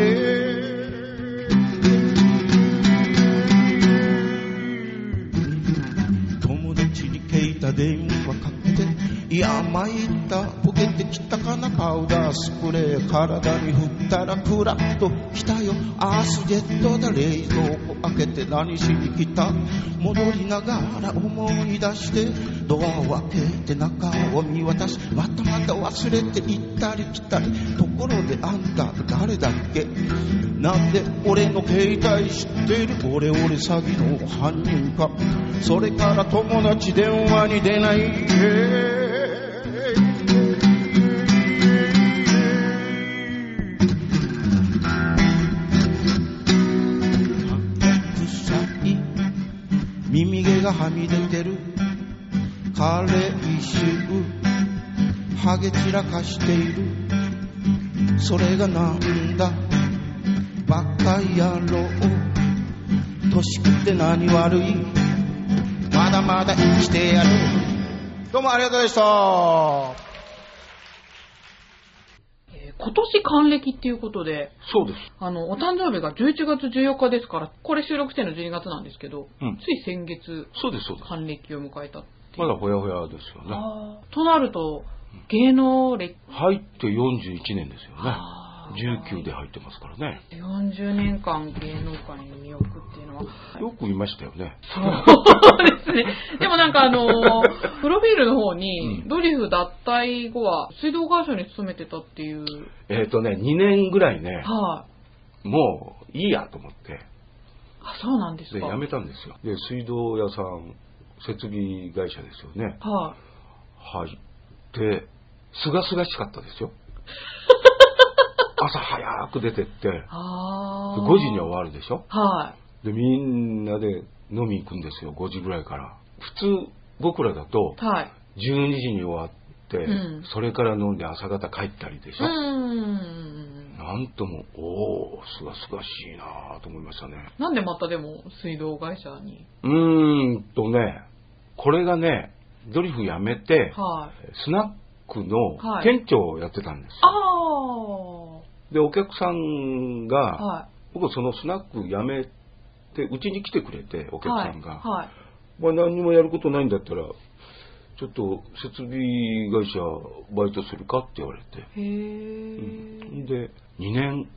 Speaker 4: 友達に携帯電話かけていや参ったボケてきたかなパウダースプレー体に振ったらクラッと来たよアースジェットだ冷蔵庫開けて何しに来た戻りながら思い出してドアを開けて中を見渡しまたまた忘れて行ったり来たりところであんた誰だっけなんで俺の携帯知ってるオレオレ詐欺の犯人かそれから友達電話に出ない臭い耳毛がはみ出てるカレー臭ハゲ散らかしているそれがなんだバカ野郎年食って何悪いまだまだ生きてやるどうもありがとうでした
Speaker 1: えー今年還暦っていうことで、
Speaker 2: そうです。
Speaker 1: あの、お誕生日が11月14日ですから、これ収録してるの12月なんですけど、
Speaker 2: うん
Speaker 1: つい先月、
Speaker 2: そうです、そうです。
Speaker 1: 還暦を迎えたっていう。
Speaker 2: まだほやほやですよね。
Speaker 1: あーとなると、芸能歴、
Speaker 2: 入って41年ですよね。
Speaker 1: あー
Speaker 2: 19で入ってますからね。
Speaker 1: 40年間芸能界に身を置くっていうのは、
Speaker 2: よく見ましたよね。
Speaker 1: そうですね。でもなんかあのープロフィールの方に
Speaker 2: う、ん
Speaker 1: ドリフ脱退後は水道会社に勤めてたっていう、
Speaker 2: えっ、とね、2年ぐらいね、
Speaker 1: はい、
Speaker 2: もういいやと思って、
Speaker 1: あ、そうなんです
Speaker 2: で、
Speaker 1: か。
Speaker 2: 辞めたんですよ。で、水道屋さん、設備会社ですよね。
Speaker 1: はい、
Speaker 2: 入って、すがすがしかったですよ。 朝早く出てって、で
Speaker 1: あー。
Speaker 2: 5時には終わるでしょ。
Speaker 1: はい。
Speaker 2: で、みんなで飲み行くんですよ、5時ぐらいから。普通、僕らだと、
Speaker 1: はい。
Speaker 2: 12時に終わっ
Speaker 1: う
Speaker 2: て、
Speaker 1: ん
Speaker 2: それから飲んで朝方帰ったりでし
Speaker 1: う
Speaker 2: ょ。
Speaker 1: ん。
Speaker 2: なんとも、おー、すがすがしいなぁと思いましたね。
Speaker 1: なんでまたでも水道会社に。
Speaker 2: うーんとね、これがね、ドリフ辞めて、
Speaker 1: はい。
Speaker 2: スナックの
Speaker 1: はい
Speaker 2: 店長をやってたんですよ、
Speaker 1: ああ。
Speaker 2: で、お客さんが、
Speaker 1: は
Speaker 2: 僕そのスナック辞めて、うちに来てくれて、お
Speaker 1: い。
Speaker 2: 客
Speaker 1: は
Speaker 2: さ
Speaker 1: い
Speaker 2: んが。。
Speaker 1: はい。
Speaker 2: まあ何にもやることないんだったら、ちょっと設備会社バイトするかって言われて。
Speaker 1: へえ、
Speaker 2: うんで、2年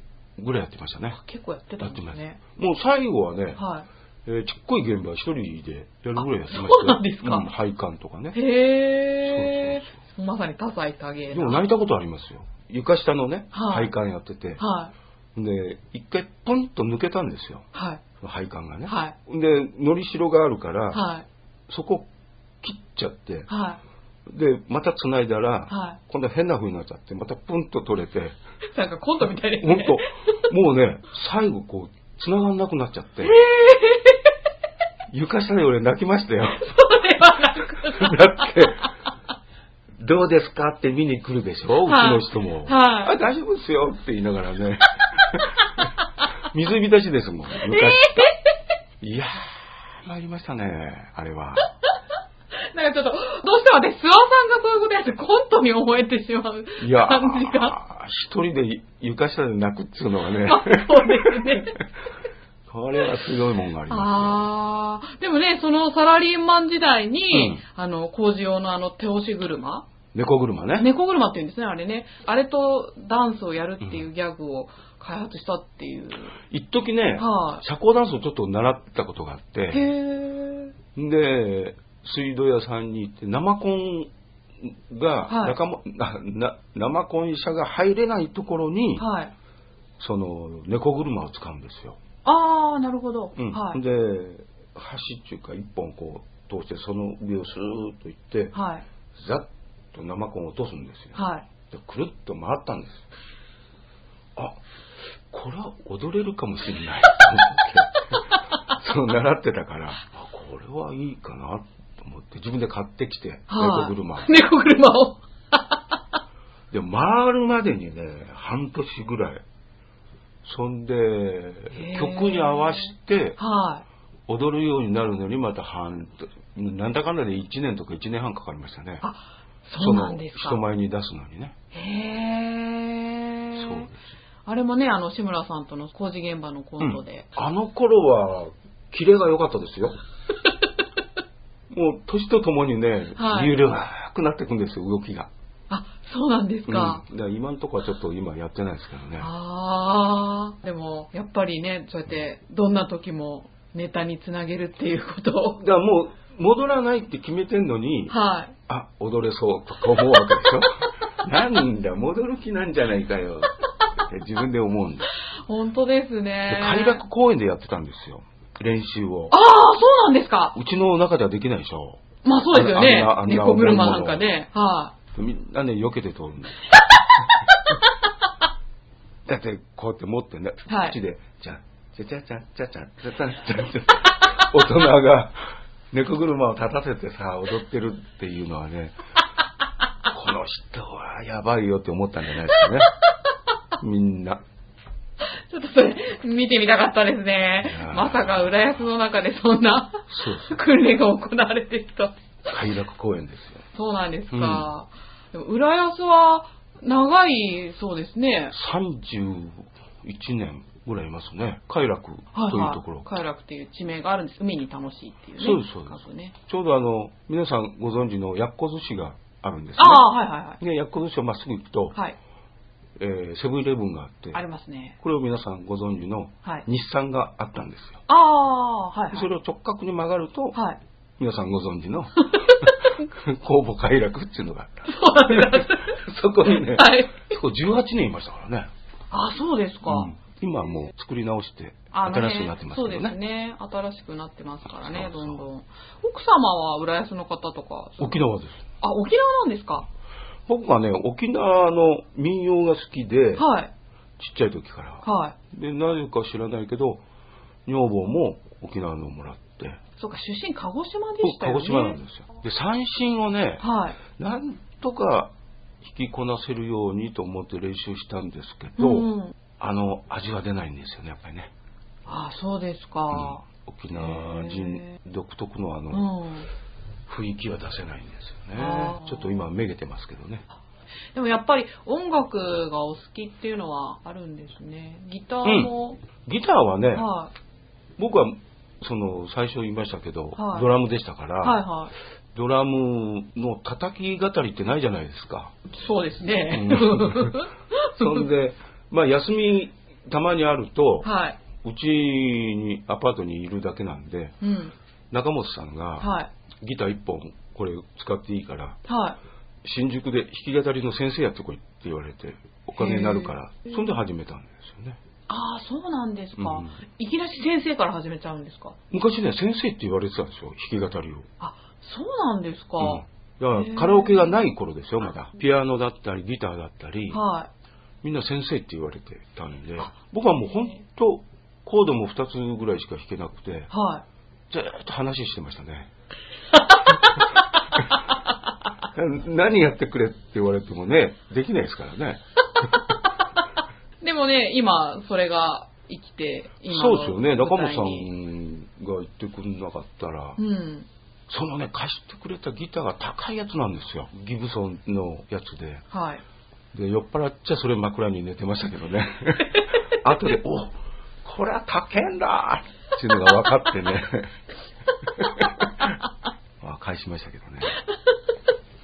Speaker 2: ぐらいやってましたね。
Speaker 1: 結構やってたんですね。
Speaker 2: もう最後はね、
Speaker 1: は
Speaker 2: えーちっこい現場は一人でやるぐらいやってましたよ
Speaker 1: あそうなんですか
Speaker 2: うん配管とかね
Speaker 1: い。。へえ。まさに多彩多芸
Speaker 2: で
Speaker 1: な。
Speaker 2: も泣いたことありますよ。床下のね、
Speaker 1: はい
Speaker 2: 配管やってて。
Speaker 1: は
Speaker 2: で、一回ポンと抜けたんですよ。
Speaker 1: い。はい。
Speaker 2: 配管がね。
Speaker 1: はい。
Speaker 2: で、のりしろがあるから、
Speaker 1: はい。
Speaker 2: そこ切っちゃって、
Speaker 1: は
Speaker 2: で、また繋いだら、
Speaker 1: い。は
Speaker 2: 今度変な風になっちゃって、またプンと取れて、
Speaker 1: い。なんかコントみたいです
Speaker 2: ほん
Speaker 1: ね。
Speaker 2: と、もうね、最後こう、繋がんなくなっちゃって、床下で俺泣き ましたよ。
Speaker 1: それはなくない。
Speaker 2: だって、どうですかって見に来るでしょ、うち
Speaker 1: はい
Speaker 2: の人も。
Speaker 1: はい
Speaker 2: あ、大丈夫ですよって言いながらね。 水浸しですもん、床下。いやー、参りましたね、あれ は。
Speaker 1: なんかちょっと、どうしてもね、諏訪さんがそういうことやってコントに思えてしまう
Speaker 2: いやー
Speaker 1: 感じが。、
Speaker 2: 一人で床下で泣くっていうのがね
Speaker 1: ま、あそうですね。
Speaker 2: これはすごいもんがありま
Speaker 1: あー、でもね、そのサラリーマン時代に、
Speaker 2: うん
Speaker 1: あの、工事用のあの、手押し車
Speaker 2: すよ。猫車ね。
Speaker 1: 猫車っていうんですね、あれね。あれとダンスをやるっていうギャグを開発したっていう。
Speaker 2: 一時ね、
Speaker 1: はい、
Speaker 2: 社交ダンスをちょっと習ったことがあっ
Speaker 1: へ
Speaker 2: て、
Speaker 1: ー。
Speaker 2: で、水道屋さんに行って、生コンが、
Speaker 1: はい
Speaker 2: 仲間 なな生コン車が入れないところに、
Speaker 1: はい。
Speaker 2: その、猫車を使うんですよ。
Speaker 1: あー、なるほど。
Speaker 2: うん
Speaker 1: はい。
Speaker 2: で、橋っていうか、一本こう、通して、その上をスーッと行って、
Speaker 1: はい。
Speaker 2: ザッと生コンを落とすんですよ。
Speaker 1: はい。
Speaker 2: でくるっと回ったんですあこれは踊れるかもしれないと思っ てそう習ってたからあこれはいいかなと思って自分で買ってきて
Speaker 1: は
Speaker 2: 猫
Speaker 1: い
Speaker 2: 車を
Speaker 1: 猫車を。
Speaker 2: で回るまでにね半年ぐらいそんで
Speaker 1: ー
Speaker 2: 曲に合わせて
Speaker 1: は
Speaker 2: 踊るようになるのにまた半年なんだかんだで1年とか1年半かかりましたね
Speaker 1: あい。そうなんです
Speaker 2: その
Speaker 1: か。
Speaker 2: 人前に出すのにね
Speaker 1: へ
Speaker 2: そう
Speaker 1: え。
Speaker 2: です
Speaker 1: あれもね、あの、志村さんとの工事現場のコントで。
Speaker 2: あの頃は、キレが良かったで すよ。もう、年とともにね、
Speaker 1: はい
Speaker 2: 緩くなっていくんですよ、動きが。
Speaker 1: あ、そうなんです
Speaker 2: うん、
Speaker 1: か。
Speaker 2: だから今のところはちょっと今やってないですけどね。
Speaker 1: ああ。でも、やっぱりね、そうやって、どんな時もネタにつなげるっていうことを
Speaker 2: だ。からもう、戻らないって決めてんのに、
Speaker 1: はい。
Speaker 2: あ、踊れそうとか思うわけでしょ。 なんだ、戻る気なんじゃないかよ。って自分で思うんです。
Speaker 1: 本当です
Speaker 2: で
Speaker 1: ね。
Speaker 2: 快楽公園でやってたんですよ、練習を
Speaker 1: あ。あ、そうなんですか。
Speaker 2: うちの中ではできないでしょ。
Speaker 1: まあそうですよね
Speaker 2: あ。んなあんな
Speaker 1: 猫車なんかね。は
Speaker 2: みんなね、避けて通るんだよ。だって、こうやって持ってね、
Speaker 1: はい
Speaker 2: 口で、じゃん、じゃじゃじゃん、じゃじゃん、じゃじゃん、じゃじゃん、大人が、猫車を立たせてさ、踊ってるっていうのはね、この人はやばいよって思ったんじゃないですかね。みんな。
Speaker 1: い。ちょっとそれ、見てみたかったですね
Speaker 2: いや。ー
Speaker 1: まさか浦安の中でそんな
Speaker 2: そうです。
Speaker 1: 訓練が行われてると。
Speaker 2: 快楽公園ですよ。
Speaker 1: そうなんですか。でも浦安は長いそうですね。
Speaker 2: 31年ぐらいいますね。快楽というところ。
Speaker 1: 快楽っていう地名があるんです。海に楽しいっていうね。
Speaker 2: そうですそうです
Speaker 1: 書くね。
Speaker 2: ちょうどあの、皆さんご存知のやっこ寿司があるんですね。
Speaker 1: ああ、はいはいはい。
Speaker 2: で、薬庫寿司をまっすぐ行くと、
Speaker 1: はい。
Speaker 2: えーセブンイレブンがあって、
Speaker 1: ありますね。
Speaker 2: これを皆さんご存知の
Speaker 1: はい。
Speaker 2: 日産があったんですよ。
Speaker 1: ああ、はい、は
Speaker 2: そ
Speaker 1: い。
Speaker 2: れを直角に曲がると、
Speaker 1: はい。
Speaker 2: 皆さんご存知 の、公募快楽っていうのがあった。
Speaker 1: そうなんです。
Speaker 2: そこにね、
Speaker 1: はい。
Speaker 2: そこ18年いましたからね。
Speaker 1: あ、そうですか。
Speaker 2: うん今はもう作り直して、
Speaker 1: あのね
Speaker 2: 新しくなってますけ
Speaker 1: そ
Speaker 2: ど
Speaker 1: うです
Speaker 2: ね。
Speaker 1: ね。新しくなってますからね、
Speaker 2: そうそう
Speaker 1: どんどん。奥様は浦安の方とか。
Speaker 2: 沖縄です。
Speaker 1: あ、沖縄なんですか。
Speaker 2: 僕はね、沖縄の民謡が好きで、ちっ
Speaker 1: はい。
Speaker 2: ちゃい時から。
Speaker 1: はい。
Speaker 2: で、なぜか知らないけど、女房も沖縄のをもらって、
Speaker 1: そうか、出身鹿児島でした
Speaker 2: 鹿
Speaker 1: よね。
Speaker 2: 児島なんですよ。で、三振をね、
Speaker 1: はい。
Speaker 2: なんとか引きこなせるようにと思って練習したんですけど、
Speaker 1: うん
Speaker 2: あの、味は出ないんですよね、やっぱりね。
Speaker 1: あ、そうです
Speaker 2: うん
Speaker 1: か。
Speaker 2: 沖縄人
Speaker 1: へ
Speaker 2: 独特のあ
Speaker 1: う
Speaker 2: の、
Speaker 1: ん。
Speaker 2: 雰囲気は出せないんですよ
Speaker 1: あ
Speaker 2: ね。
Speaker 1: ー
Speaker 2: ちょっと今めげてますけどね。
Speaker 1: でもやっぱり音楽がお好きっていうのはあるんですね。ギターも、
Speaker 2: ギターはね、
Speaker 1: は
Speaker 2: 僕は、その、最初言いましたけど、
Speaker 1: はい
Speaker 2: ドラムでしたから、
Speaker 1: い。はいはい。
Speaker 2: ドラムの叩き語りってないじゃないですか。
Speaker 1: そうですね。
Speaker 2: うん そんで、まあ休みたまにあると、
Speaker 1: はい。
Speaker 2: うちにアパートにいるだけなんで、
Speaker 1: うん。
Speaker 2: 中本さんが
Speaker 1: はい。
Speaker 2: ギター1本これ使っていいから、
Speaker 1: はい。
Speaker 2: 新宿で弾き語りの先生やってこいって言われて、お金になるから
Speaker 1: へ、ー
Speaker 2: そんで始めたんですよね。
Speaker 1: ああ、そうなんですか、
Speaker 2: うん
Speaker 1: いきなり先生から始めちゃうんですか
Speaker 2: 昔ね、先生って言われてたんですよ、弾き語りを。
Speaker 1: あ、そうなんですか。
Speaker 2: うんだか
Speaker 1: へ
Speaker 2: ら
Speaker 1: ー
Speaker 2: カラオケがない頃ですよ、まだ。ピアノだったり、ギターだったり、
Speaker 1: はい。
Speaker 2: みんな先生って言われてたんで、僕はもう本当、コードも2つぐらいしか弾けなくて、
Speaker 1: は
Speaker 2: ずーっと話してまし たね。何やってくれって言われてもね、できないですからね。
Speaker 1: い。でもね、今、それが生きて、今
Speaker 2: そうですよね。中本さ
Speaker 1: ん。
Speaker 2: んが言ってくれなかったら、
Speaker 1: うん。
Speaker 2: そのね、貸してくれたギターが高いやつなんですよ。ギブソンのやつで。
Speaker 1: はい。
Speaker 2: で、酔っ払っちゃそれ枕に寝てましたけど ね。後で、おこれは高えんだっていうのが分かっ てね。まあ返しましたけどね。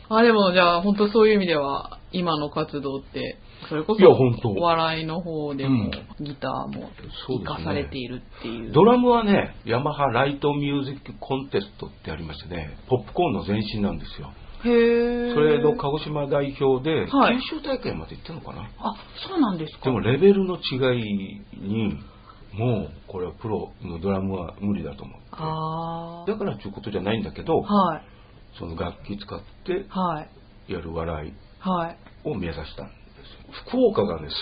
Speaker 1: あ、でも、じゃあ、本当そういう意味では、今の活動って、それこ
Speaker 2: いや
Speaker 1: そ、
Speaker 2: 本当
Speaker 1: お笑いの方でも、ギターも
Speaker 2: そうですね
Speaker 1: 生かされているっていう。
Speaker 2: ドラムはね、ヤマハライトミュージックコンテストってありましてね、ポップコーンの前身なんですよ。
Speaker 1: へえ。
Speaker 2: それの鹿児島代表で、
Speaker 1: はい
Speaker 2: 九州大会まで行ったのかな。
Speaker 1: あ、そうなんですか。
Speaker 2: でもレベルの違いに、もうこれはプロのドラムは無理だと思って。
Speaker 1: あ
Speaker 2: だからということじゃないんだけど
Speaker 1: あ。、はい。
Speaker 2: その楽器使って
Speaker 1: はい。
Speaker 2: やる笑い
Speaker 1: はい。
Speaker 2: を目指したんですよ福岡がねすっ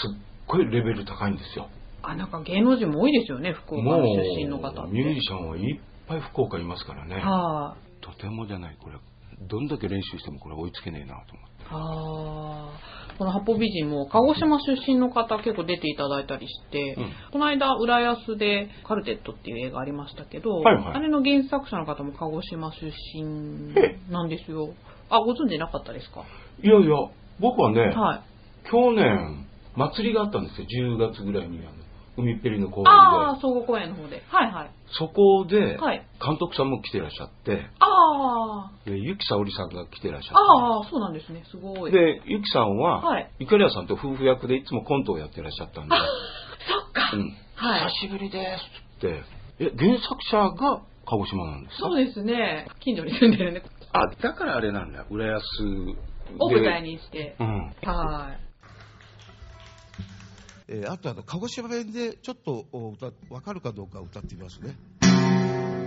Speaker 2: ごいレベル高いんですよ
Speaker 1: あ、なんか芸能人も多いですよね、福岡
Speaker 2: もう
Speaker 1: の出身の方って。
Speaker 2: ミュージシャンはいっぱい福岡いますからね
Speaker 1: はい、
Speaker 2: とてもじゃないこれどんだけ練習してもこれ追いつけねえなと思って
Speaker 1: あーこの八方美人も鹿児島出身の方結構出ていただいたりして、
Speaker 2: うん
Speaker 1: この間浦安で「カルテット」っていう映画ありましたけど、
Speaker 2: はいはい
Speaker 1: あれの原作者の方も鹿児島出身なんですよあご存知なかったですか、
Speaker 2: いやいや僕はね、
Speaker 1: はい
Speaker 2: 去年祭りがあったんですよ10月ぐらいにあの海っぺりの公園
Speaker 1: ああ
Speaker 2: で
Speaker 1: 総合公演の方ではいはい
Speaker 2: そこで
Speaker 1: はい
Speaker 2: 監督さんも来てらっしゃって
Speaker 1: ああ
Speaker 2: でゆきさおりさんが来てらっしゃっ
Speaker 1: ああそうなんですねすご
Speaker 2: て
Speaker 1: い
Speaker 2: でゆきさんは、
Speaker 1: はい
Speaker 2: ゆかりやさんと夫婦役でいつもコントをやってらっしゃったんで
Speaker 1: そっか、
Speaker 2: うん
Speaker 1: はい
Speaker 2: 久しぶりですってえ原作者が鹿児島なんですか
Speaker 1: そうですね近所に住んでるんで
Speaker 2: あだからあれなんだ浦安
Speaker 1: を舞台
Speaker 2: に
Speaker 1: にして
Speaker 2: うん
Speaker 1: はい
Speaker 4: えーあとあの鹿児島弁でちょっとお歌わかるかどうか歌ってみますね。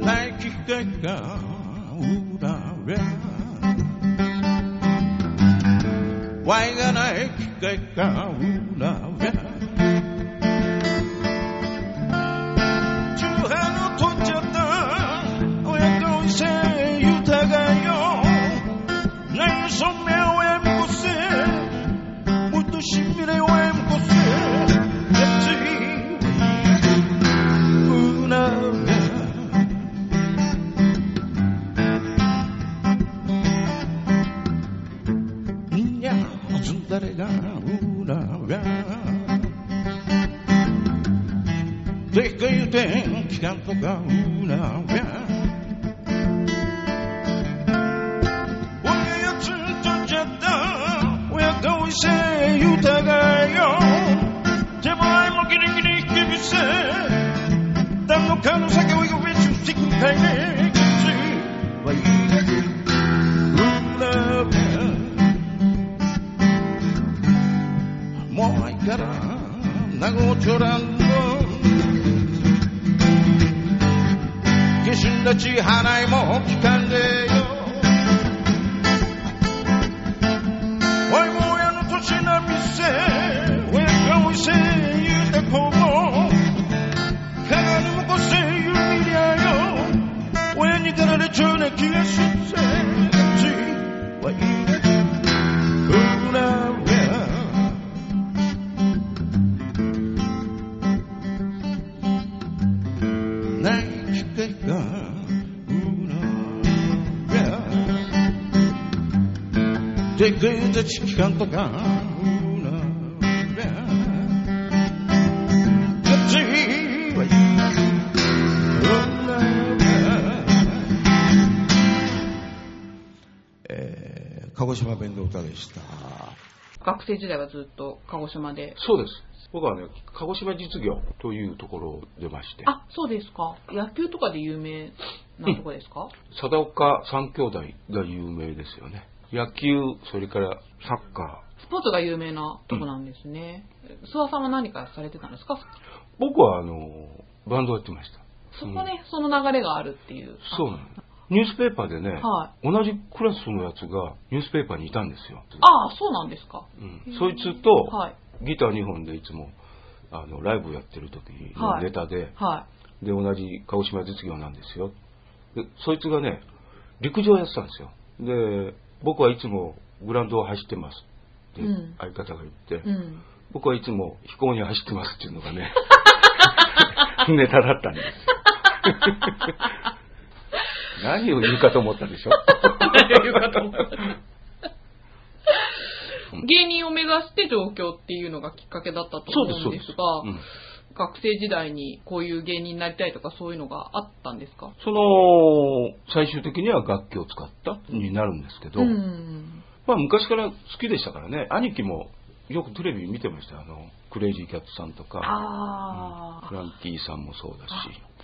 Speaker 4: 大気圏が売られわいがない機会が売られ中半を取っちゃった親と伊勢豊かよ何そめ親見越せもっとしみれ親見越せ熱いうなみんなずんだれがうららでかい電気なんとかうらら俺がずっとじゃった親がおいせ豊かよ手前もギリギリ厳しい何のかの酒を呼び出してくかいねきついわいもういからなごちょらんの下旬たち払いも聞かんでよおいも親の年なみせ親がおいせ言うた子も鏡もこせ言うみりゃよ親にかられちゃうな気がしんせついはいいうらうら泣きてがでくんでちきかんとか鹿児島弁の歌でした。
Speaker 1: 学生時代はずっと鹿児島で
Speaker 2: そうです僕はね鹿児島実業というところを出まして
Speaker 1: あ、そうですか。野球とかで有名なとこですか、
Speaker 2: 貞岡三兄弟が有名ですよね野球それからサッカー
Speaker 1: スポーツが有名なとこなんですね。諏訪さんは何かされてたんですか
Speaker 2: 僕はあのバンドをやってました
Speaker 1: そこね、その流れがあるっていう。
Speaker 2: そうなのニュースペーパーでね、
Speaker 1: は
Speaker 2: 同じクラスのやつがニュースペーパーにいたんですよ、
Speaker 1: ああ、そうなんですか。
Speaker 2: うん、そいつと
Speaker 1: はい。
Speaker 2: ギター2本でいつもあのライブやってる時に
Speaker 1: はい
Speaker 2: ネタで、
Speaker 1: は
Speaker 2: で同じ鹿児島実業なんですよでそいつがね陸上やってたんですよで僕はいつもグラウンドを走ってますって
Speaker 1: うん
Speaker 2: 相方が言って、
Speaker 1: い。うん。
Speaker 2: 僕はいつも飛行に走ってますっていうの がねネタだったんです何を言うかと思っ たでしょ
Speaker 1: 芸人を目指して上京っていうのがきっかけだったと
Speaker 2: そうです
Speaker 1: 思
Speaker 2: そううん
Speaker 1: で
Speaker 2: ですす、
Speaker 1: が、
Speaker 2: うん
Speaker 1: 学生時代にこういう芸人になりたいとかそういうのがあったんですか
Speaker 2: その最終的には楽器を使ったになるんですけど、
Speaker 1: ん。
Speaker 2: まあ、昔から好きでしたからね兄貴もよくテレビ見てましたよあのクレイジーキャッツさんとか
Speaker 1: ああ
Speaker 2: フ。ランキーさんもそうだし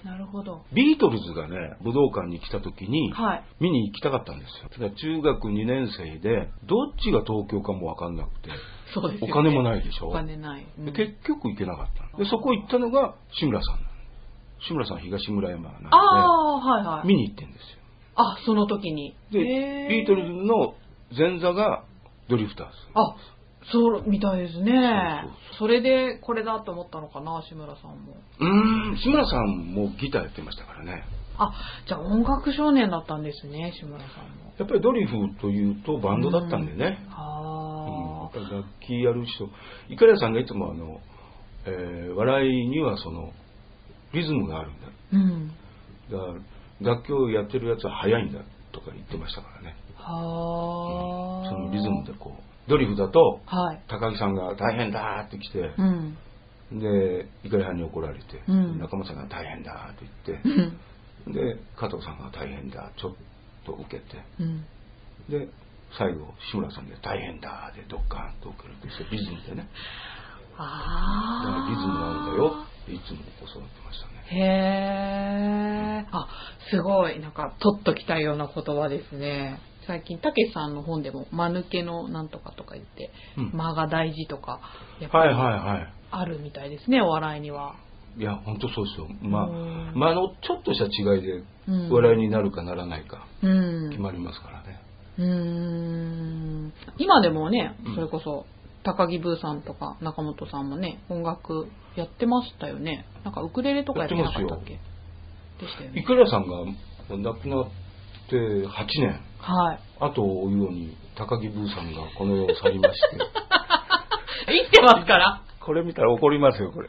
Speaker 1: なるほど。
Speaker 2: ビートルズがね、武道館に来た時に、
Speaker 1: はい。
Speaker 2: 見に行きたかったんですよ。ただ中学2年生で、どっちが東京かもわかんなくて、
Speaker 1: そうですよ
Speaker 2: お
Speaker 1: ね
Speaker 2: 金もないでしょ。
Speaker 1: お金ない。うん
Speaker 2: で結局行けなかったのでそこ行ったのが志村さんなの志村さんは東村山なんで
Speaker 1: ああ、はいはい。
Speaker 2: 見に行ってんです
Speaker 1: あ、その時に。
Speaker 2: よで
Speaker 1: へ
Speaker 2: ビートルズの前座がドリフターズ
Speaker 1: あ、そうみたいですね
Speaker 2: そう。
Speaker 1: それでこれだと思ったのかな、志村さんも。
Speaker 2: うーん志村さんもギターやってましたからね
Speaker 1: あ、じゃあ音楽少年だったんですね、志村さんも。
Speaker 2: やっぱりドリフというとバンドだったんでね、うんや
Speaker 1: あ
Speaker 2: っぱり楽器やる人いかりやさんがいつもあの、えー笑いにはそのリズムがあるんだ
Speaker 1: あ。うん。
Speaker 2: だから楽器をやってるやつは速いんだとか言ってましたからね
Speaker 1: はあ。
Speaker 2: そのリズムでこうドリフだと
Speaker 1: はい。
Speaker 2: 高木さんが大変だって来て、
Speaker 1: うん。
Speaker 2: でいかりはんに怒られて、
Speaker 1: うん
Speaker 2: 中間さんが大変だって
Speaker 1: う
Speaker 2: 言
Speaker 1: ん
Speaker 2: ってで加藤さんが大変だちょっと受けて
Speaker 1: うん。
Speaker 2: で最後志村さんで大変だでドッカンと受けるってそうリズムでねだから
Speaker 1: ああ。
Speaker 2: リズムなんだよっていつも教わってましたね
Speaker 1: へえ。あ、すごい。なんか、取っときたいような言葉ですね。最近、たけしさんの本でも、間抜けのなんとかとか言って、
Speaker 2: うん
Speaker 1: 間が大事とか、やっぱ
Speaker 2: はい
Speaker 1: り
Speaker 2: はいは
Speaker 1: あるみたいですね、お笑いには。
Speaker 2: いいや本当そうですよまあ
Speaker 1: うん
Speaker 2: まああのちょっとした違いで
Speaker 1: うん
Speaker 2: 笑いになるかならないか
Speaker 1: うん。
Speaker 2: 決まりますからね、
Speaker 1: うーん。今でもね
Speaker 2: うん、
Speaker 1: それこそ、高木ブーさんとか中本さんもね、音楽やってましたよね。なんかウクレレとかやってなかったっけでしたよ
Speaker 2: い
Speaker 1: ね。
Speaker 2: くらさんが亡くなって8年
Speaker 1: はい。
Speaker 2: 後を追うように高木ブーさんがこの世を去りまして
Speaker 1: 生きてますから。
Speaker 2: これ見たら怒りますよこれ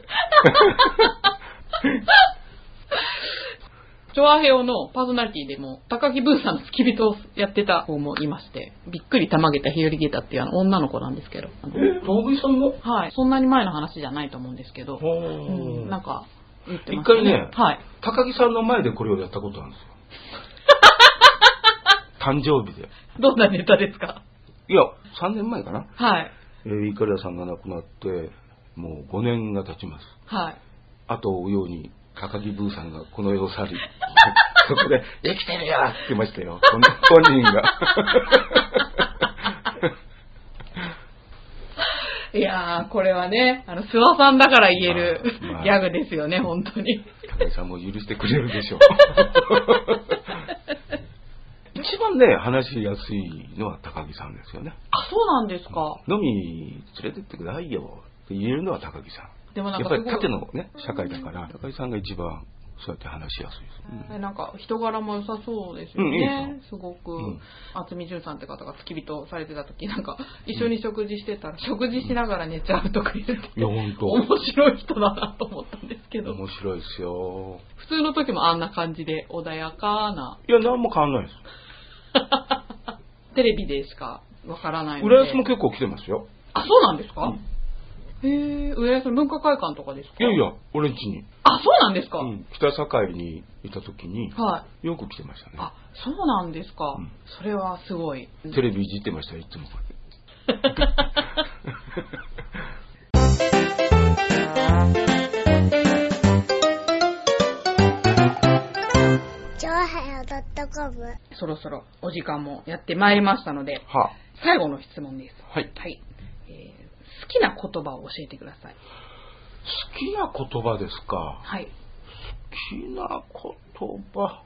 Speaker 1: チョアヘオのパーソナリティでも、高木ブーさんの付き人をやってた子もいまして、びっくりたまげた日和ゲタっていうあの女の子なんですけど、あの
Speaker 2: 高木さんの
Speaker 1: はい、そんなに前の話じゃないと思うんですけど、うんなん
Speaker 2: ほ
Speaker 1: か言ってました、
Speaker 2: 一回ね
Speaker 1: はい。
Speaker 2: 高木さんの前でこれをやったことあるんですよ 誕生日で
Speaker 1: どんなネタですか
Speaker 2: いや3年前かな
Speaker 1: はい。
Speaker 2: えーいくらさんが亡くなってもう5年が経ちます
Speaker 1: はい。
Speaker 2: 後を追うように高木ブーさんがこの世 を去りそこで「生きてるよ!」って言ってましたよ本本人 が
Speaker 1: いやー、これはね、あの、諏訪さんだから言える
Speaker 2: まあ
Speaker 1: ギャグですよね、本当に。
Speaker 2: 高井さんも許してくれる でしょう。一番ね、話しやすいのは高木さんですよね。
Speaker 1: あ、そうなんですか。
Speaker 2: 飲み連れてってくださいよって言えるのは高木さん。
Speaker 1: でもな
Speaker 2: や
Speaker 1: ん
Speaker 2: っ
Speaker 1: か
Speaker 2: ぱ
Speaker 1: す
Speaker 2: り
Speaker 1: ごい
Speaker 2: 縦のね、社会だから、高木さんが一番そうやって話しやすいです。うん
Speaker 1: なんか人柄も良さそうですよ
Speaker 2: うんいい
Speaker 1: ね、
Speaker 2: です
Speaker 1: ごく、
Speaker 2: うん
Speaker 1: 渥美淳さんって方が付き人をされてた時なんか一緒に食事してたら、食事しながら寝ちゃうとか言ってて、
Speaker 2: いや、本
Speaker 1: 面
Speaker 2: 当
Speaker 1: 白い人だなと思ったんですけど
Speaker 2: 面白いですよ。
Speaker 1: 普通の時もあんな感じで穏やかない
Speaker 2: や、何も変わんないです。
Speaker 1: テレビでしかわからないので
Speaker 2: 浦安も結構来てますよ。
Speaker 1: あそうなんですか、
Speaker 2: うん
Speaker 1: へえ浦安の文化会館とかですか
Speaker 2: いやいや、俺んちに。
Speaker 1: あそうなんですか、
Speaker 2: うん北境にいた時に、
Speaker 1: はい
Speaker 2: よく来てましたね。
Speaker 1: あそうなんですか、
Speaker 2: うん
Speaker 1: それはすごい
Speaker 2: テレビいじってましたよ、いつもこれ。
Speaker 5: チョアヘオドットコム
Speaker 1: そろそろお時間もやってまいりましたので
Speaker 2: はあ
Speaker 1: 最後の質問です。
Speaker 2: はい
Speaker 1: はい。えー好きな言葉を教えてください。
Speaker 2: 好きな言葉ですか
Speaker 1: はい。
Speaker 2: 好きな言葉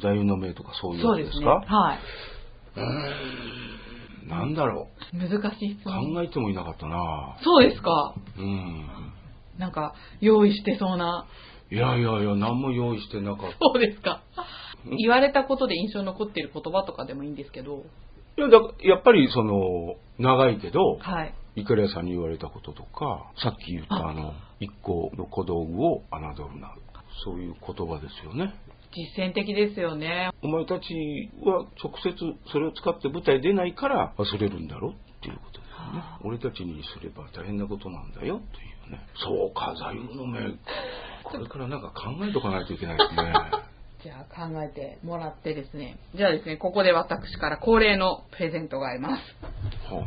Speaker 2: 座右の銘とかそういう
Speaker 1: そ
Speaker 2: の
Speaker 1: う
Speaker 2: で
Speaker 1: ですすね。
Speaker 2: か
Speaker 1: はい。
Speaker 2: なんだろ
Speaker 1: 難しい質
Speaker 2: う
Speaker 1: 問。
Speaker 2: 考えてもいなかったな
Speaker 1: そうですか。
Speaker 2: うん
Speaker 1: なんか、用意してそうな。
Speaker 2: いやいやいや何も用意してなかった
Speaker 1: そうですか。言われたことで印象に残っている言葉とかでもいいんですけど。
Speaker 2: いやだやっぱりその長いけど
Speaker 1: はい。
Speaker 2: いくら屋さんに言われたこととかさっき言ったあの一個の小道具を侮るなそういう言葉ですよね
Speaker 1: 実践的ですよね。
Speaker 2: お前たちは直接それを使って舞台出ないから忘れるんだろっていうことですよね
Speaker 1: はあ。
Speaker 2: 俺たちにすれば大変なことなんだよっていうね。そうか、座右の銘か。これからなんか考えとかないといけないですね。
Speaker 1: じゃあ考えてもらってですね。じゃあですね、ここで私から恒例のプレゼントがあります。
Speaker 2: はあ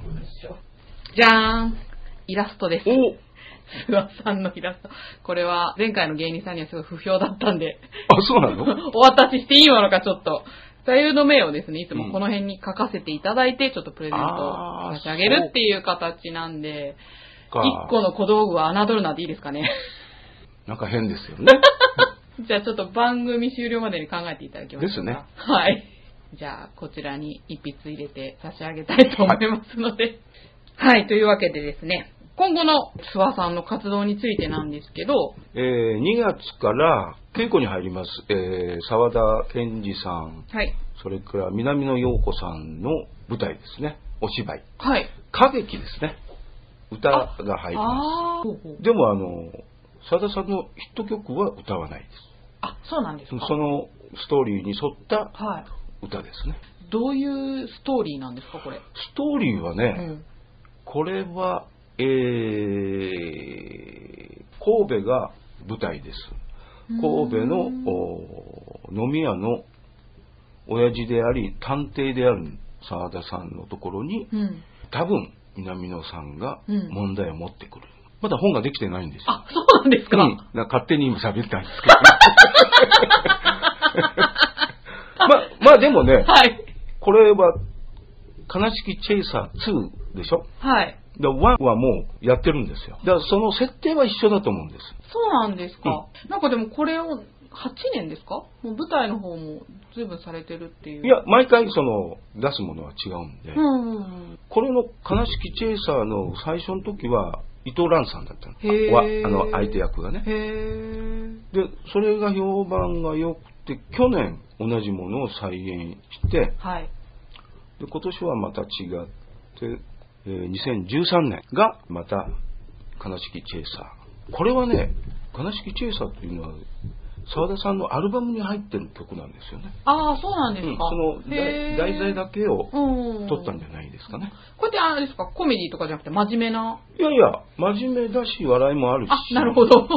Speaker 1: じゃーん。イラストです。
Speaker 2: お
Speaker 1: ふわさんのイラスト。これは前回の芸人さんにはすごい不評だったんで、
Speaker 2: あ、そうなの
Speaker 1: お渡ししていいものかちょっと。座右の銘をですね、いつもこの辺に書かせていただいて、ちょっとプレゼントを差し上げるっていう形なんで、1個の小道具は侮るなんていいですかね。
Speaker 2: なんか変ですよね。
Speaker 1: じゃあちょっと番組終了までに考えていただきましょうか。
Speaker 2: ですね
Speaker 1: はい。じゃあこちらに一筆入れて差し上げたいと思いますので。 はい、というわけでですね、今後の諏訪さんの活動についてなんですけど、
Speaker 2: えー、2月から稽古に入ります、えー、沢田健二さん、
Speaker 1: はい。
Speaker 2: それから南野陽子さんの舞台ですね、お芝居。
Speaker 1: はい。
Speaker 2: 歌劇ですね。歌が入りま
Speaker 1: あーほうほう
Speaker 2: す。でも、あの、沢田さんのヒット曲は歌わないで
Speaker 1: あ、そうなんです
Speaker 2: す
Speaker 1: か。。
Speaker 2: そのストーリーに沿った
Speaker 1: はい。
Speaker 2: 歌ですね。
Speaker 1: どういうストーリーなんですか、これ。
Speaker 2: ストーリーはね、
Speaker 1: うん。
Speaker 2: これは、えー神戸が舞台です。神戸の
Speaker 1: うん
Speaker 2: お飲み屋の親父であり探偵である沢田さんのところに
Speaker 1: うん。
Speaker 2: 多分南野さんが
Speaker 1: うん
Speaker 2: 問題を持ってくる、まだ本ができてないんですよ、
Speaker 1: あ、そうなんです
Speaker 2: う
Speaker 1: か。
Speaker 2: ん、な勝手に今喋ったんです けどままあでもね
Speaker 1: はい。
Speaker 2: これは悲しきチェイサー2でしょ
Speaker 1: はい。
Speaker 2: で、ワンはもうやってるんですよ。だからその設定は一緒だと思うんです。
Speaker 1: そうなんですか。なんかでもこれを8年ですかもう舞台の方も随分されてるっていう。
Speaker 2: いや、毎回その出すものは違うんで、
Speaker 1: うんうんうん。
Speaker 2: これの悲しきチェイサーの最初の時は伊藤蘭さんだったの。
Speaker 1: へー
Speaker 2: わあの相手役がね。
Speaker 1: へー。
Speaker 2: で、それが評判が良くて、去年同じものを再現して、
Speaker 1: はい。
Speaker 2: で今年はまた違って、えー2013年がまた悲しきチェイサー。これはね、悲しきチェイサーっていうのは、沢田さんのアルバムに入ってる曲なんですよね。
Speaker 1: ああ、そうなんです
Speaker 2: うん
Speaker 1: か。
Speaker 2: その
Speaker 1: へ
Speaker 2: 題
Speaker 1: ー
Speaker 2: 題材だけを
Speaker 1: うん。
Speaker 2: 取ったん
Speaker 1: こ
Speaker 2: じゃないですかね。
Speaker 1: うやってあれですか、コメディとかじゃなくて真面目な。
Speaker 2: いやいや、真面目だし、笑いもあるし。
Speaker 1: あ、なるほ。 ど。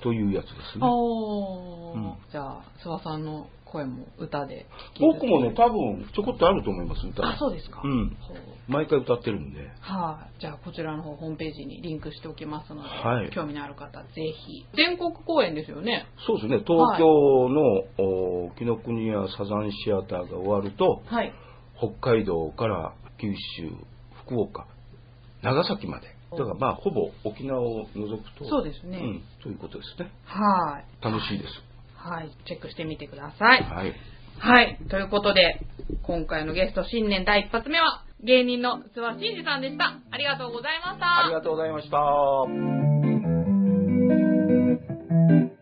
Speaker 2: というやつですね。
Speaker 1: あ
Speaker 2: うん
Speaker 1: あ。じゃあ、諏訪さんの声も歌で聞ける
Speaker 2: 僕もね、多分、ちょこっとあると思います、歌。
Speaker 1: あ、そうですか。
Speaker 2: うん
Speaker 1: ほう
Speaker 2: 毎回歌ってるんで。
Speaker 1: はい、じゃあこちらの方ホームページにリンクしておきますので、
Speaker 2: はい
Speaker 1: 興味のある方ぜひ全国公演ですよね
Speaker 2: そうですね、東京の、お紀ノ国屋サザンシアターが終わると、
Speaker 1: はい
Speaker 2: 北海道から九州、福岡、長崎まで。だからまあ、ほぼ沖縄を除くと。
Speaker 1: そうですね、
Speaker 2: うん、ということですね。
Speaker 1: はい
Speaker 2: 楽しいです。
Speaker 1: はいチェックしてみてください
Speaker 2: はい。
Speaker 1: はいということで今回のゲスト新年第一発目は芸人の諏訪真二さんでしたありがとうございました
Speaker 2: ありがとうございました。